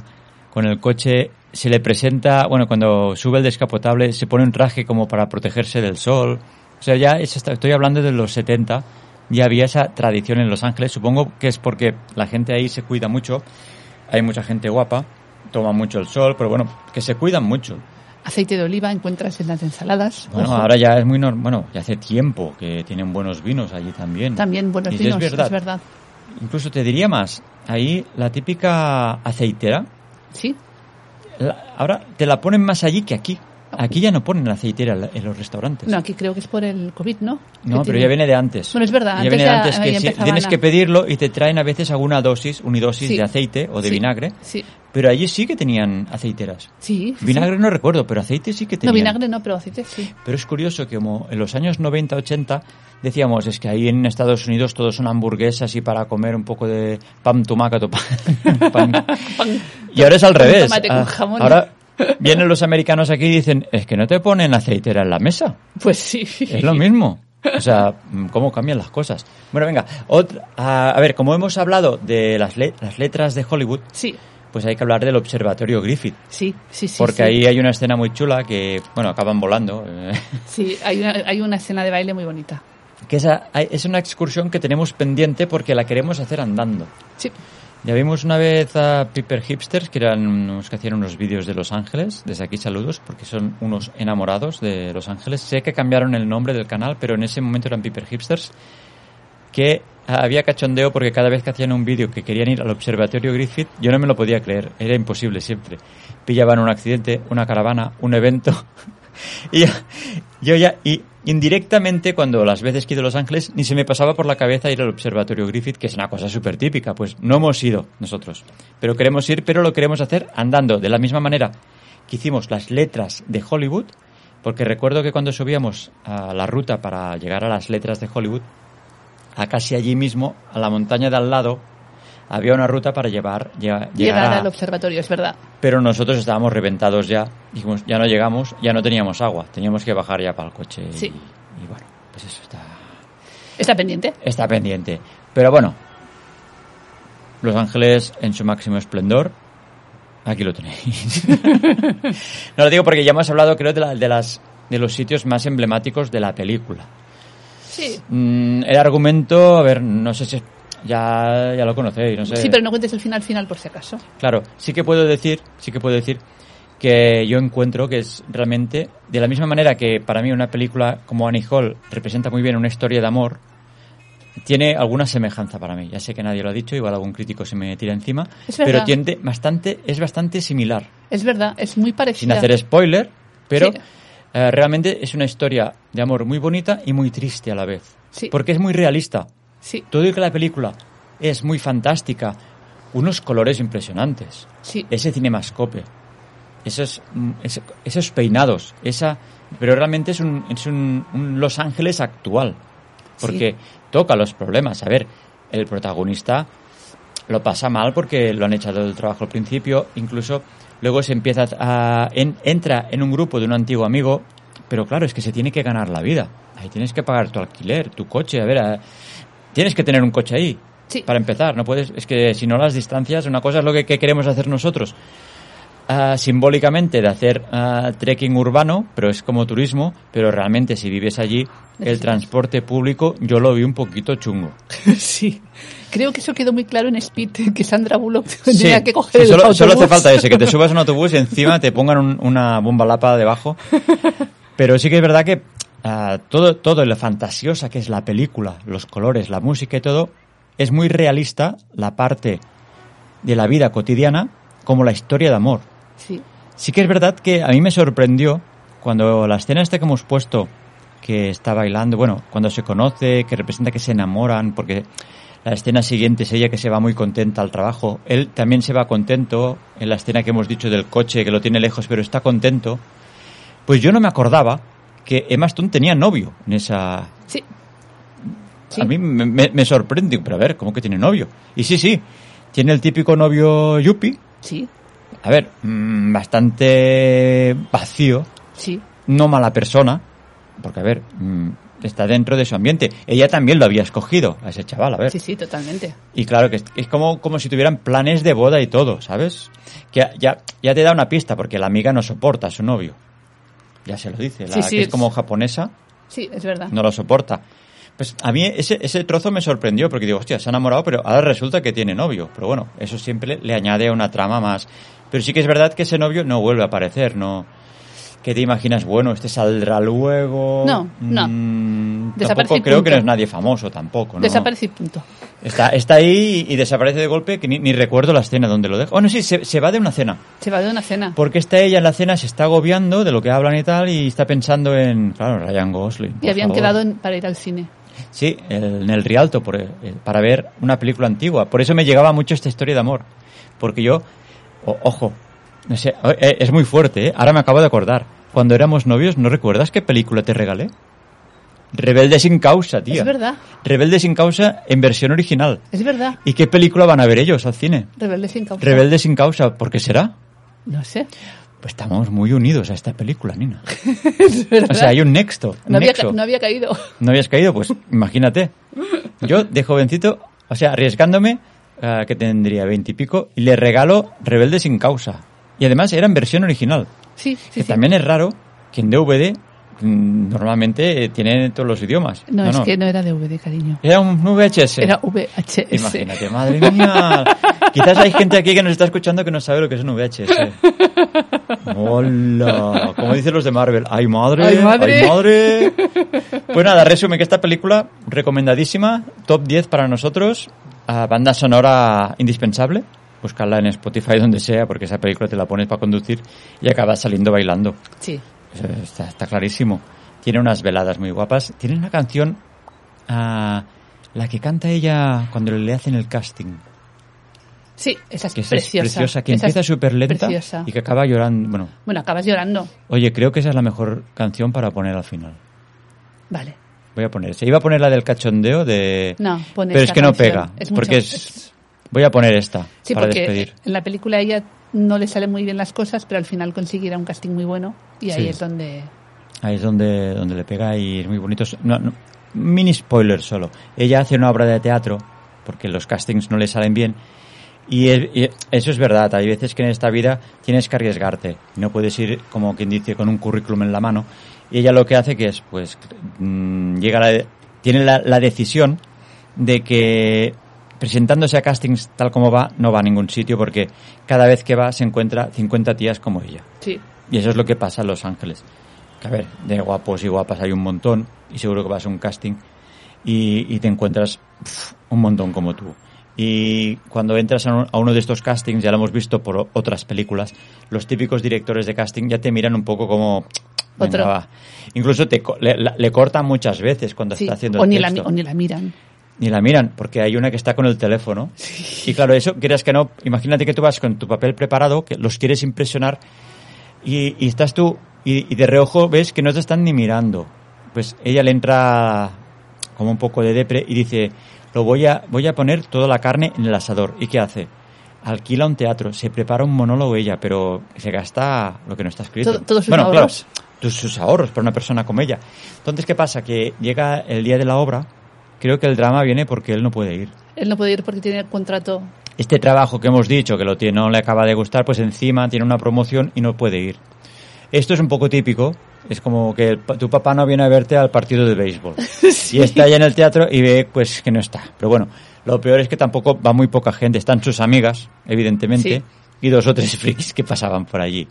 S1: con el coche, se le presenta, bueno, cuando sube el descapotable, se pone un traje como para protegerse del sol. O sea, ya es hasta- estoy hablando de los 70, ya había esa tradición en Los Ángeles. Supongo que es porque la gente ahí se cuida mucho, hay mucha gente guapa, toma mucho el sol, pero bueno, que se cuidan mucho.
S2: Aceite de oliva encuentras en las ensaladas.
S1: Bueno,
S2: Ojo.
S1: ahora ya es muy normal, bueno, ya hace tiempo que tienen buenos vinos allí también.
S2: También buenos
S1: Y si
S2: vinos,
S1: es verdad.
S2: es verdad.
S1: Incluso te diría más, ahí la típica aceitera,
S2: Sí,
S1: la- ahora te la ponen más allí que aquí. Aquí ya no ponen aceitera en la- en los restaurantes.
S2: No, aquí creo que es por el COVID, ¿no?
S1: No,
S2: Que
S1: pero
S2: tiene-
S1: ya viene de antes.
S2: Bueno, es verdad,
S1: Ya
S2: antes
S1: viene de
S2: ya-
S1: antes
S2: ya
S1: que si-
S2: empezaban
S1: tienes
S2: a-
S1: que pedirlo y te traen a veces alguna dosis, unidosis
S2: Sí.
S1: de aceite o de
S2: Sí.
S1: vinagre.
S2: Sí,
S1: Pero allí sí que tenían aceiteras.
S2: sí. sí.
S1: Vinagre no recuerdo, pero aceite sí que
S2: No,
S1: tenían.
S2: vinagre no, pero aceite sí.
S1: Pero es curioso que como en los años 90-80 decíamos, es que ahí en Estados Unidos todos son hamburguesas y para comer un poco de pan tomacato, pan, pan. Y ahora es al
S2: Pan
S1: revés.
S2: tomate con
S1: Ah,
S2: jamón.
S1: Ahora vienen los americanos aquí y dicen, es que no te ponen aceitera en la mesa.
S2: Pues sí.
S1: Es lo mismo. O sea, mm, cómo cambian las cosas. Bueno, venga, otra, a, a ver, como hemos hablado de las, le- las letras de Hollywood,
S2: Sí,
S1: pues hay que hablar del Observatorio Griffith.
S2: sí, sí, sí.
S1: Porque
S2: sí.
S1: ahí hay una escena muy chula que, bueno, acaban volando. eh.
S2: Sí, hay una, hay una escena de baile muy bonita.
S1: que esa, es una excursión que tenemos pendiente porque la queremos hacer andando.
S2: Sí,
S1: Ya vimos una vez a Piper Hipsters, que eran unos que hacían unos vídeos de Los Ángeles. Desde aquí saludos, porque son unos enamorados de Los Ángeles. Sé que cambiaron el nombre del canal, pero en ese momento eran Piper Hipsters. Que había cachondeo porque cada vez que hacían un vídeo que querían ir al observatorio Griffith, yo no me lo podía creer. Era imposible siempre. Pillaban un accidente, una caravana, un evento. Y yo, yo ya, y indirectamente, cuando las veces que he ido a Los Ángeles, ni se me pasaba por la cabeza ir al Observatorio Griffith, que es una cosa súper típica, pues no hemos ido nosotros. Pero queremos ir, pero lo queremos hacer andando, de la misma manera que hicimos las letras de Hollywood, porque recuerdo que cuando subíamos a la ruta para llegar a las letras de Hollywood, a casi allí mismo, a la montaña de al lado, había una ruta para llevar, lle- llegar,
S2: llegar
S1: a-
S2: al observatorio, es verdad.
S1: pero nosotros estábamos reventados ya. Dijimos, ya no llegamos, ya no teníamos agua. Teníamos que bajar ya para el coche. y-
S2: Sí.
S1: Y, bueno, pues eso está,
S2: ¿Está pendiente?
S1: está pendiente. Pero bueno, Los Ángeles en su máximo esplendor. Aquí lo tenéis. no lo digo porque ya hemos hablado, creo, de, la- de, las, de los sitios más emblemáticos de la película.
S2: Sí.
S1: Mm, el argumento, a ver, no sé si es- ya, ya lo conocéis, no sé.
S2: Sí, pero no cuentes el final final por si acaso.
S1: Claro, sí que puedo decir, sí que puedo decir que yo encuentro que es realmente de la misma manera que para mí una película como Annie Hall representa muy bien una historia de amor, tiene alguna semejanza para mí. Ya sé que nadie lo ha dicho, igual algún crítico se me tira encima,
S2: Es
S1: pero
S2: verdad.
S1: tiende bastante es bastante similar,
S2: Es verdad, es muy
S1: sin
S2: parecida.
S1: hacer spoiler, pero
S2: Sí.
S1: eh, realmente es una historia de amor muy bonita y muy triste a la vez,
S2: Sí.
S1: porque es muy realista.
S2: Sí,
S1: Todo y que la película es muy fantástica, unos colores impresionantes
S2: sí.
S1: ese cinemascope. esos, mm, eso- esos peinados, esa, pero realmente es un, es un, un Los Ángeles actual, porque toca los problemas. A ver, el protagonista lo pasa mal porque lo han echado del trabajo al principio, incluso luego se empieza a en- entra en un grupo de un antiguo amigo, pero claro, es que se tiene que ganar la vida. Ahí tienes que pagar tu alquiler, tu coche, a ver, a- tienes que tener un coche ahí.
S2: Sí.
S1: Para empezar, no puedes, es que si no las distancias, una cosa es lo que, que queremos hacer nosotros. ah, simbólicamente de hacer ah, trekking urbano, pero es como turismo, pero realmente si vives allí, el
S2: Necesitas.
S1: transporte público yo lo vi un poquito chungo.
S2: sí. Creo que eso quedó muy claro en Speed, que Sandra Bullock
S1: Sí,
S2: tenía que coger
S1: sí,
S2: el
S1: solo, solo hace
S2: autobús.
S1: falta ese, que te subas a un autobús y encima te pongan un- una bomba lapa debajo. Pero sí que es verdad que ah, todo, todo lo fantasiosa que es la película, los colores, la música y todo, es muy realista la parte de la vida cotidiana como la historia de amor.
S2: Sí.
S1: Sí que es verdad que a mí me sorprendió cuando la escena esta que hemos puesto, que está bailando, bueno, cuando se conoce, que representa que se enamoran, porque la escena siguiente es ella que se va muy contenta al trabajo, él también se va contento, en la escena que hemos dicho del coche, que lo tiene lejos, pero está contento, pues yo no me acordaba que Emma Stone tenía novio en esa...
S2: Sí. Sí.
S1: A mí me, me- me sorprende, pero a ver, ¿cómo que tiene novio? Y sí, sí, tiene el típico novio yuppie,
S2: Sí.
S1: a ver, mm, bastante vacío,
S2: Sí.
S1: no mala persona, porque a ver, mm, está dentro de su ambiente. Ella también lo había escogido, a ese chaval, a ver.
S2: Sí, sí, totalmente.
S1: Y claro, que es, es como, como si tuvieran planes de boda y todo, ¿sabes? Que ya- ya, ya te da una pista, porque la amiga no soporta a su novio. Ya se lo dice, la
S2: Sí, sí,
S1: que es
S2: es-
S1: como japonesa
S2: Sí, es verdad.
S1: no lo soporta. Pues a mí ese, ese trozo me sorprendió porque digo, hostia, se ha enamorado, pero ahora resulta que tiene novio. Pero bueno, eso siempre le añade a una trama más. Pero sí que es verdad que ese novio no vuelve a aparecer, ¿no? Que te imaginas, bueno, este saldrá luego.
S2: No, no.
S1: Mm,
S2: Desaparece y
S1: tampoco creo que
S2: punto.
S1: no es nadie famoso tampoco, ¿no?
S2: Desaparece y punto.
S1: Está, está ahí y, y desaparece de golpe que ni, ni recuerdo la escena donde lo dejo. Bueno, sí, se, se va de una cena.
S2: Se va de una cena.
S1: Porque está ella en la cena, se está agobiando de lo que hablan y tal y está pensando en, claro, Ryan Gosling.
S2: y
S1: por
S2: habían
S1: favor.
S2: quedado en- para ir al cine.
S1: Sí, el- en el Rialto, por el- el- para ver una película antigua. Por eso me llegaba mucho esta historia de amor. Porque yo, o- ojo, no sé, o- eh, es muy fuerte, ¿eh? ahora me acabo de acordar. Cuando éramos novios, ¿no recuerdas qué película te regalé? Rebelde sin causa, tía.
S2: Es verdad.
S1: Rebelde sin causa en versión original.
S2: Es verdad.
S1: ¿Y qué película van a ver ellos al cine?
S2: Rebelde sin causa.
S1: Rebelde sin causa, ¿por qué será?
S2: No sé.
S1: Pues estamos muy unidos a esta película, Nina.
S2: Es verdad.
S1: O sea, hay un nexto.
S2: no, había,
S1: nexo.
S2: ca- no había caído.
S1: ¿No habías caído? Pues imagínate. Yo, de jovencito, o sea, arriesgándome, ah, que tendría veintipico, y, le regalo Rebelde sin causa. Y además era en versión original.
S2: Sí, sí,
S1: que
S2: sí.
S1: también es raro que en DVD mm, normalmente eh, tiene todos los idiomas.
S2: No, es que no era DVD, cariño.
S1: Era un VHS.
S2: Era VHS.
S1: Imagínate, madre mía. Quizás hay gente aquí que nos está escuchando que no sabe lo que es un VHS. Hola. Como dicen los de Marvel. ¡Ay, madre!
S2: ¡Ay, madre!
S1: ¡Ay, madre! Pues nada, resumen que esta película recomendadísima, top 10 para nosotros, ah, banda sonora indispensable. Buscarla en Spotify donde sea, porque esa película te la pones para conducir y acabas saliendo bailando.
S2: Sí.
S1: Eso Está, está clarísimo. Tiene unas veladas muy guapas. Tiene una canción ah, la que canta ella cuando le hacen el casting.
S2: Sí, esa es
S1: Que esa es
S2: preciosa.
S1: preciosa, que
S2: Esa es
S1: empieza súper lenta
S2: preciosa.
S1: y que acaba llorando. Bueno,
S2: Bueno, acabas llorando.
S1: oye, creo que esa es la mejor canción para poner al final.
S2: Vale.
S1: Voy a poner. Se iba a poner la del cachondeo de.
S2: No, pon
S1: Pero es
S2: esta
S1: que no
S2: canción.
S1: pega.
S2: Es mucho-
S1: porque es. Voy a poner esta
S2: Sí,
S1: para
S2: porque
S1: despedir.
S2: en la película a ella no le salen muy bien las cosas, pero al final conseguirá un casting muy bueno y ahí
S1: Sí.
S2: es donde...
S1: Ahí es donde, donde le pega y es muy bonito. No, no, mini spoiler solo. Ella hace una obra de teatro porque los castings no le salen bien. Y, es- y eso es verdad. Hay veces que en esta vida tienes que arriesgarte. No puedes ir, como quien dice, con un currículum en la mano. Y ella lo que hace que es, pues, mm, llega a la- tiene la, la decisión de que presentándose a castings tal como va, no va a ningún sitio porque cada vez que va se encuentra 50 tías como ella.
S2: Sí,
S1: Y eso es lo que pasa en Los Ángeles. Que a ver, de guapos y guapas hay un montón y seguro que vas a un casting y, y te encuentras pf, un montón como tú. Y cuando entras a, un- a uno de estos castings, ya lo hemos visto por o- otras películas, los típicos directores de casting ya te miran un poco como... "Venga,
S2: Otro.
S1: va". Incluso te, co- le, la- le cortan muchas veces cuando
S2: sí.
S1: está haciendo
S2: o,
S1: el
S2: ni la, mi-
S1: texto
S2: o ni la miran.
S1: ni la miran, porque hay una que está con el teléfono. Y claro, eso, quieras que no, imagínate que tú vas con tu papel preparado, que los quieres impresionar, y, y estás tú y, y de reojo ves que no te están ni mirando. Pues ella le entra como un poco de depre y dice, lo voy a, voy a poner toda la carne en el asador. ¿Y qué hace? Alquila un teatro, se prepara un monólogo ella, pero se gasta lo que no está escrito.
S2: Todo- todos sus
S1: bueno,
S2: ahorros.
S1: claro, tus- sus ahorros para una persona como ella. Entonces, ¿qué pasa? Que llega el día de la obra, creo que el drama viene porque él no puede ir.
S2: Él no puede ir porque tiene contrato.
S1: Este trabajo que hemos dicho que lo tiene, no le acaba de gustar, pues encima tiene una promoción y no puede ir. Esto es un poco típico. Es como que el pa- tu papá no viene a verte al partido de béisbol. Y está allá en el teatro y ve pues que no está. Pero bueno, lo peor es que tampoco va muy poca gente. Están sus amigas, evidentemente,
S2: Sí.
S1: y dos o tres frikis que pasaban por allí.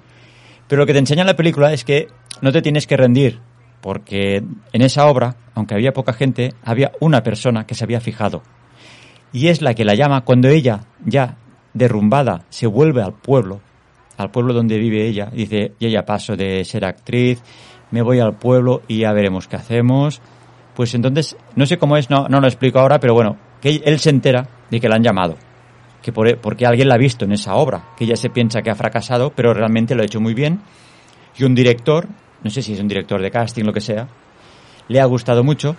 S1: Pero lo que te enseña la película es que no te tienes que rendir, porque en esa obra, aunque había poca gente, había una persona que se había fijado. Y es la que la llama cuando ella, ya derrumbada, se vuelve al pueblo, al pueblo donde vive ella. Dice, y ella paso de ser actriz, me voy al pueblo y ya veremos qué hacemos. Pues entonces, no sé cómo es, no, no lo explico ahora, pero bueno, que él se entera de que la han llamado. Que por- porque alguien la ha visto en esa obra, que ella se piensa que ha fracasado, pero realmente lo ha hecho muy bien. Y un director, no sé si es un director de casting, lo que sea, le ha gustado mucho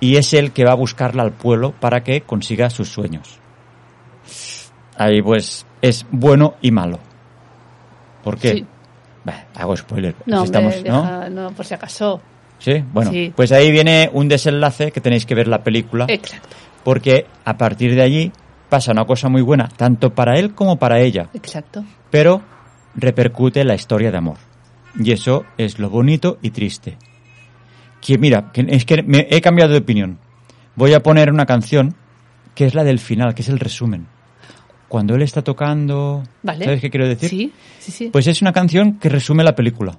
S1: y es el que va a buscarla al pueblo para que consiga sus sueños. Ahí pues es bueno y malo. ¿Por qué?
S2: Sí.
S1: Bah, hago spoiler.
S2: No,
S1: si
S2: hombre,
S1: Pues estamos, ¿no?
S2: deja- ¿no? por si acaso.
S1: Sí, bueno,
S2: Sí. Eh,
S1: pues ahí viene un desenlace que tenéis que ver la película,
S2: Exacto,
S1: porque a partir de allí pasa una cosa muy buena, tanto para él como para ella,
S2: exacto.
S1: pero repercute en la historia de amor. Y eso es lo bonito y triste. Que mira, que es que me he cambiado de opinión. Voy a poner una canción que es la del final, que es el resumen. Cuando él está tocando,
S2: Vale.
S1: ¿sabes qué quiero decir?
S2: Sí, sí, sí.
S1: Pues es una canción que resume la película.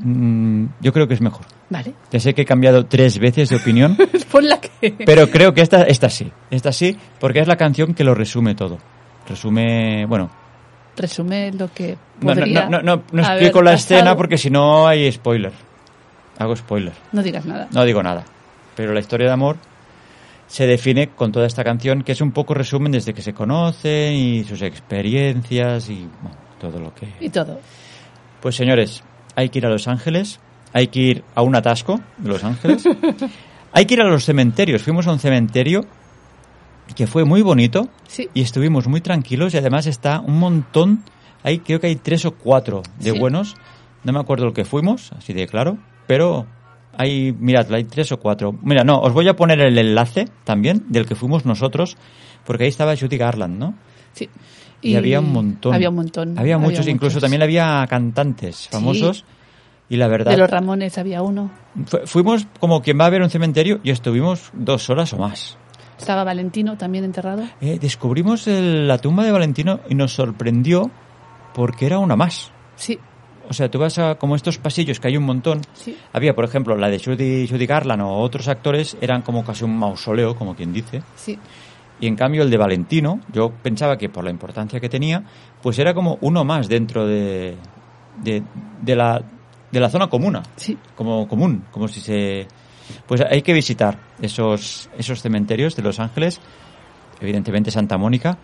S1: Mm, yo creo que es mejor.
S2: vale.
S1: Ya sé que he cambiado tres veces de opinión,
S2: Pon la que.
S1: pero creo que esta, esta sí. Esta sí, porque es la canción que lo resume todo. Resume, bueno,
S2: Resume lo que.
S1: no, no,
S2: podría
S1: no, no, no, no
S2: haber
S1: explico la
S2: pasado.
S1: escena porque si no hay spoiler. Hago spoiler.
S2: No digas nada.
S1: No digo nada. Pero la historia de amor se define con toda esta canción que es un poco resumen desde que se conocen y sus experiencias y bueno, todo lo que...
S2: Y todo.
S1: Pues señores, hay que ir a Los Ángeles, hay que ir a un atasco de Los Ángeles, hay que ir a los cementerios. Fuimos a un cementerio que fue muy bonito
S2: Sí.
S1: y estuvimos muy tranquilos y además está un montón, hay, creo que hay tres o cuatro de
S2: Sí.
S1: buenos, no me acuerdo el que fuimos, así de claro, pero hay, miradla, hay tres o cuatro. Mira, no, os voy a poner el enlace también del que fuimos nosotros, porque ahí estaba Judy Garland, ¿no?
S2: Sí.
S1: Y, había un montón.
S2: Había un montón.
S1: Había muchos, incluso
S2: muchos.
S1: también había cantantes famosos. Y la verdad,
S2: De los Ramones había uno.
S1: fu- fuimos como quien va a ver un cementerio y estuvimos dos horas o más.
S2: Estaba Valentino también enterrado.
S1: Eh, descubrimos el- la tumba de Valentino y nos sorprendió porque era una más.
S2: Sí,
S1: O sea, tú vas a como estos pasillos que hay un montón.
S2: sí.
S1: Había, por ejemplo, la de Judy, Judy Garland o otros actores eran como casi un mausoleo, como quien dice.
S2: Sí,
S1: Y en cambio el de Valentino, yo pensaba que por la importancia que tenía, pues era como uno más dentro de, de, de la, de la zona comuna,
S2: sí.
S1: como común, como si se... Pues hay que visitar esos, esos cementerios de Los Ángeles, evidentemente Santa Mónica,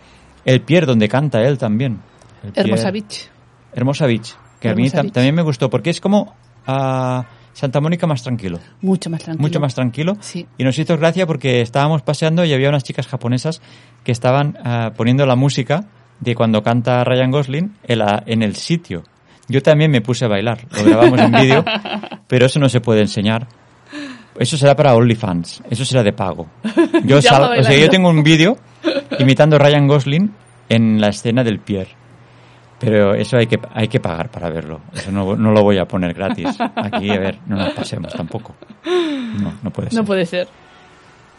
S1: el Pier donde canta él también. el Pier-
S2: Hermosa Beach.
S1: Hermosa Beach, que a mí
S2: Hermosa
S1: tam-
S2: Beach.
S1: también me gustó, porque es como ah, Santa Mónica más tranquilo
S2: Mucho más tranquilo.
S1: mucho más tranquilo.
S2: Sí.
S1: Y nos hizo gracia porque estábamos paseando y había unas chicas japonesas que estaban ah, poniendo la música de cuando canta Ryan Gosling en, la- en el sitio. Yo también me puse a bailar, lo grabamos en vídeo, pero eso no se puede enseñar. Eso será para OnlyFans, eso será de pago. Yo,
S2: Ya
S1: sal-
S2: va
S1: o sea, yo
S2: bailando.
S1: tengo un vídeo imitando a Ryan Gosling en la escena del Pierre. Pero eso hay que, hay que pagar para verlo. Eso no, no lo voy a poner gratis. Aquí, a ver, no nos pasemos tampoco. No, no puede ser.
S2: No puede ser.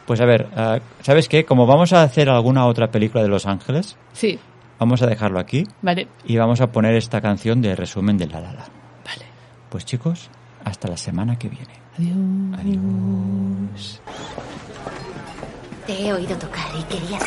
S1: Pues a ver, ah, ¿sabes qué? Como vamos a hacer alguna otra película de Los Ángeles,
S2: Sí,
S1: vamos a dejarlo aquí
S2: vale.
S1: y vamos a poner esta canción de resumen de La La Land.
S2: Vale.
S1: Pues chicos, hasta la semana que viene.
S2: Adiós.
S1: Adiós.
S4: Te he oído tocar y querías.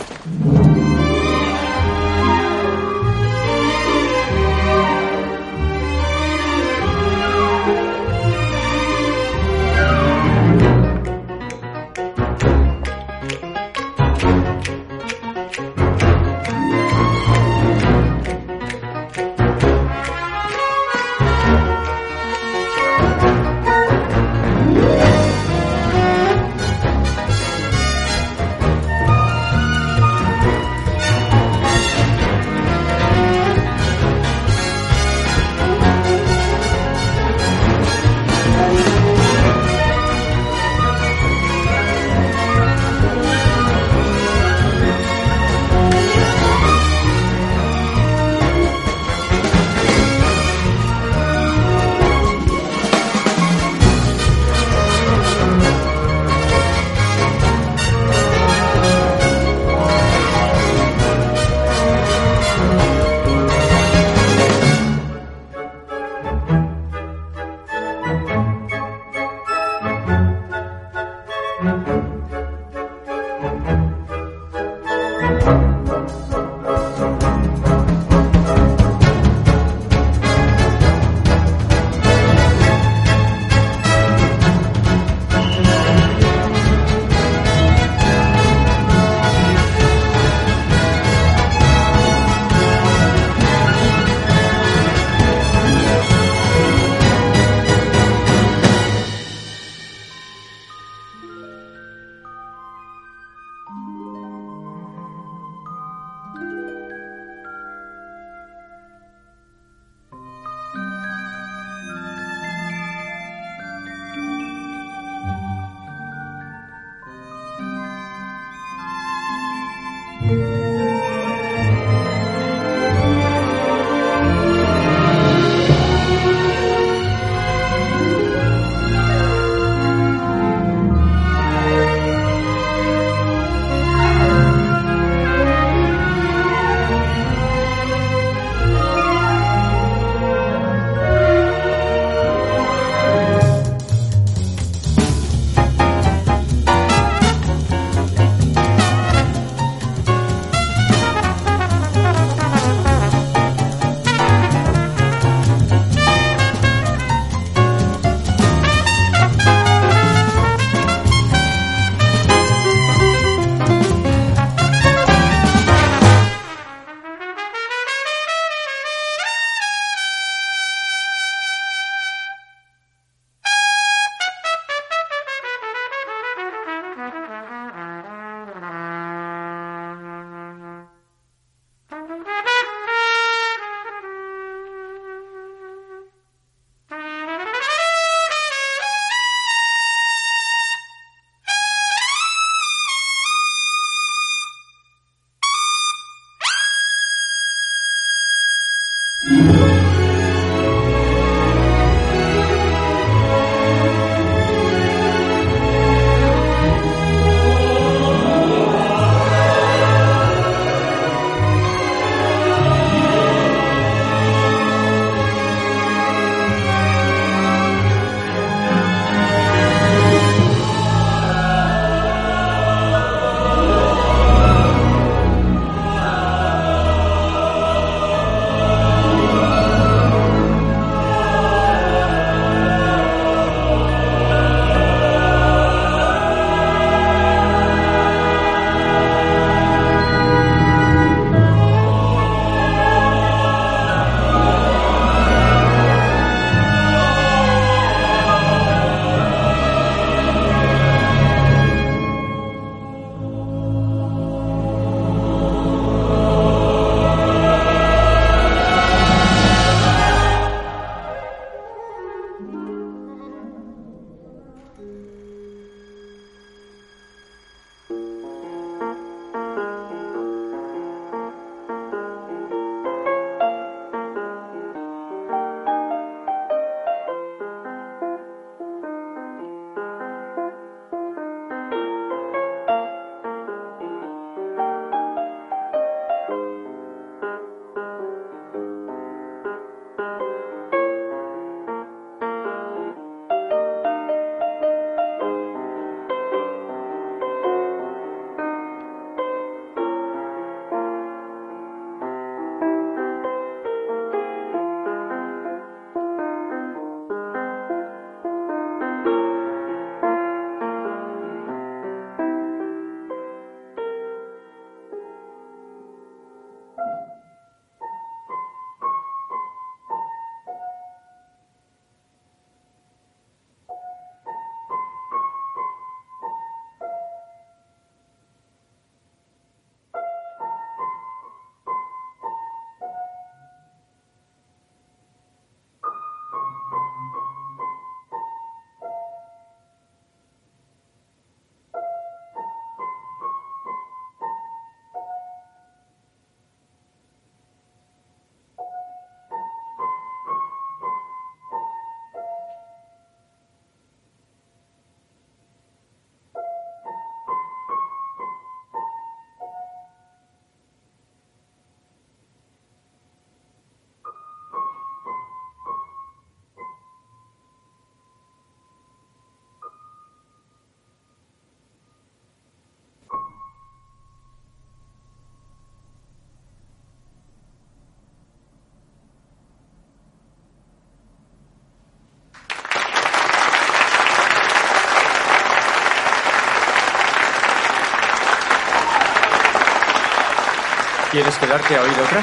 S5: ¿Quieres quedarte a oír otra?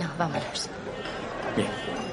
S7: No, vámonos.
S5: Bien.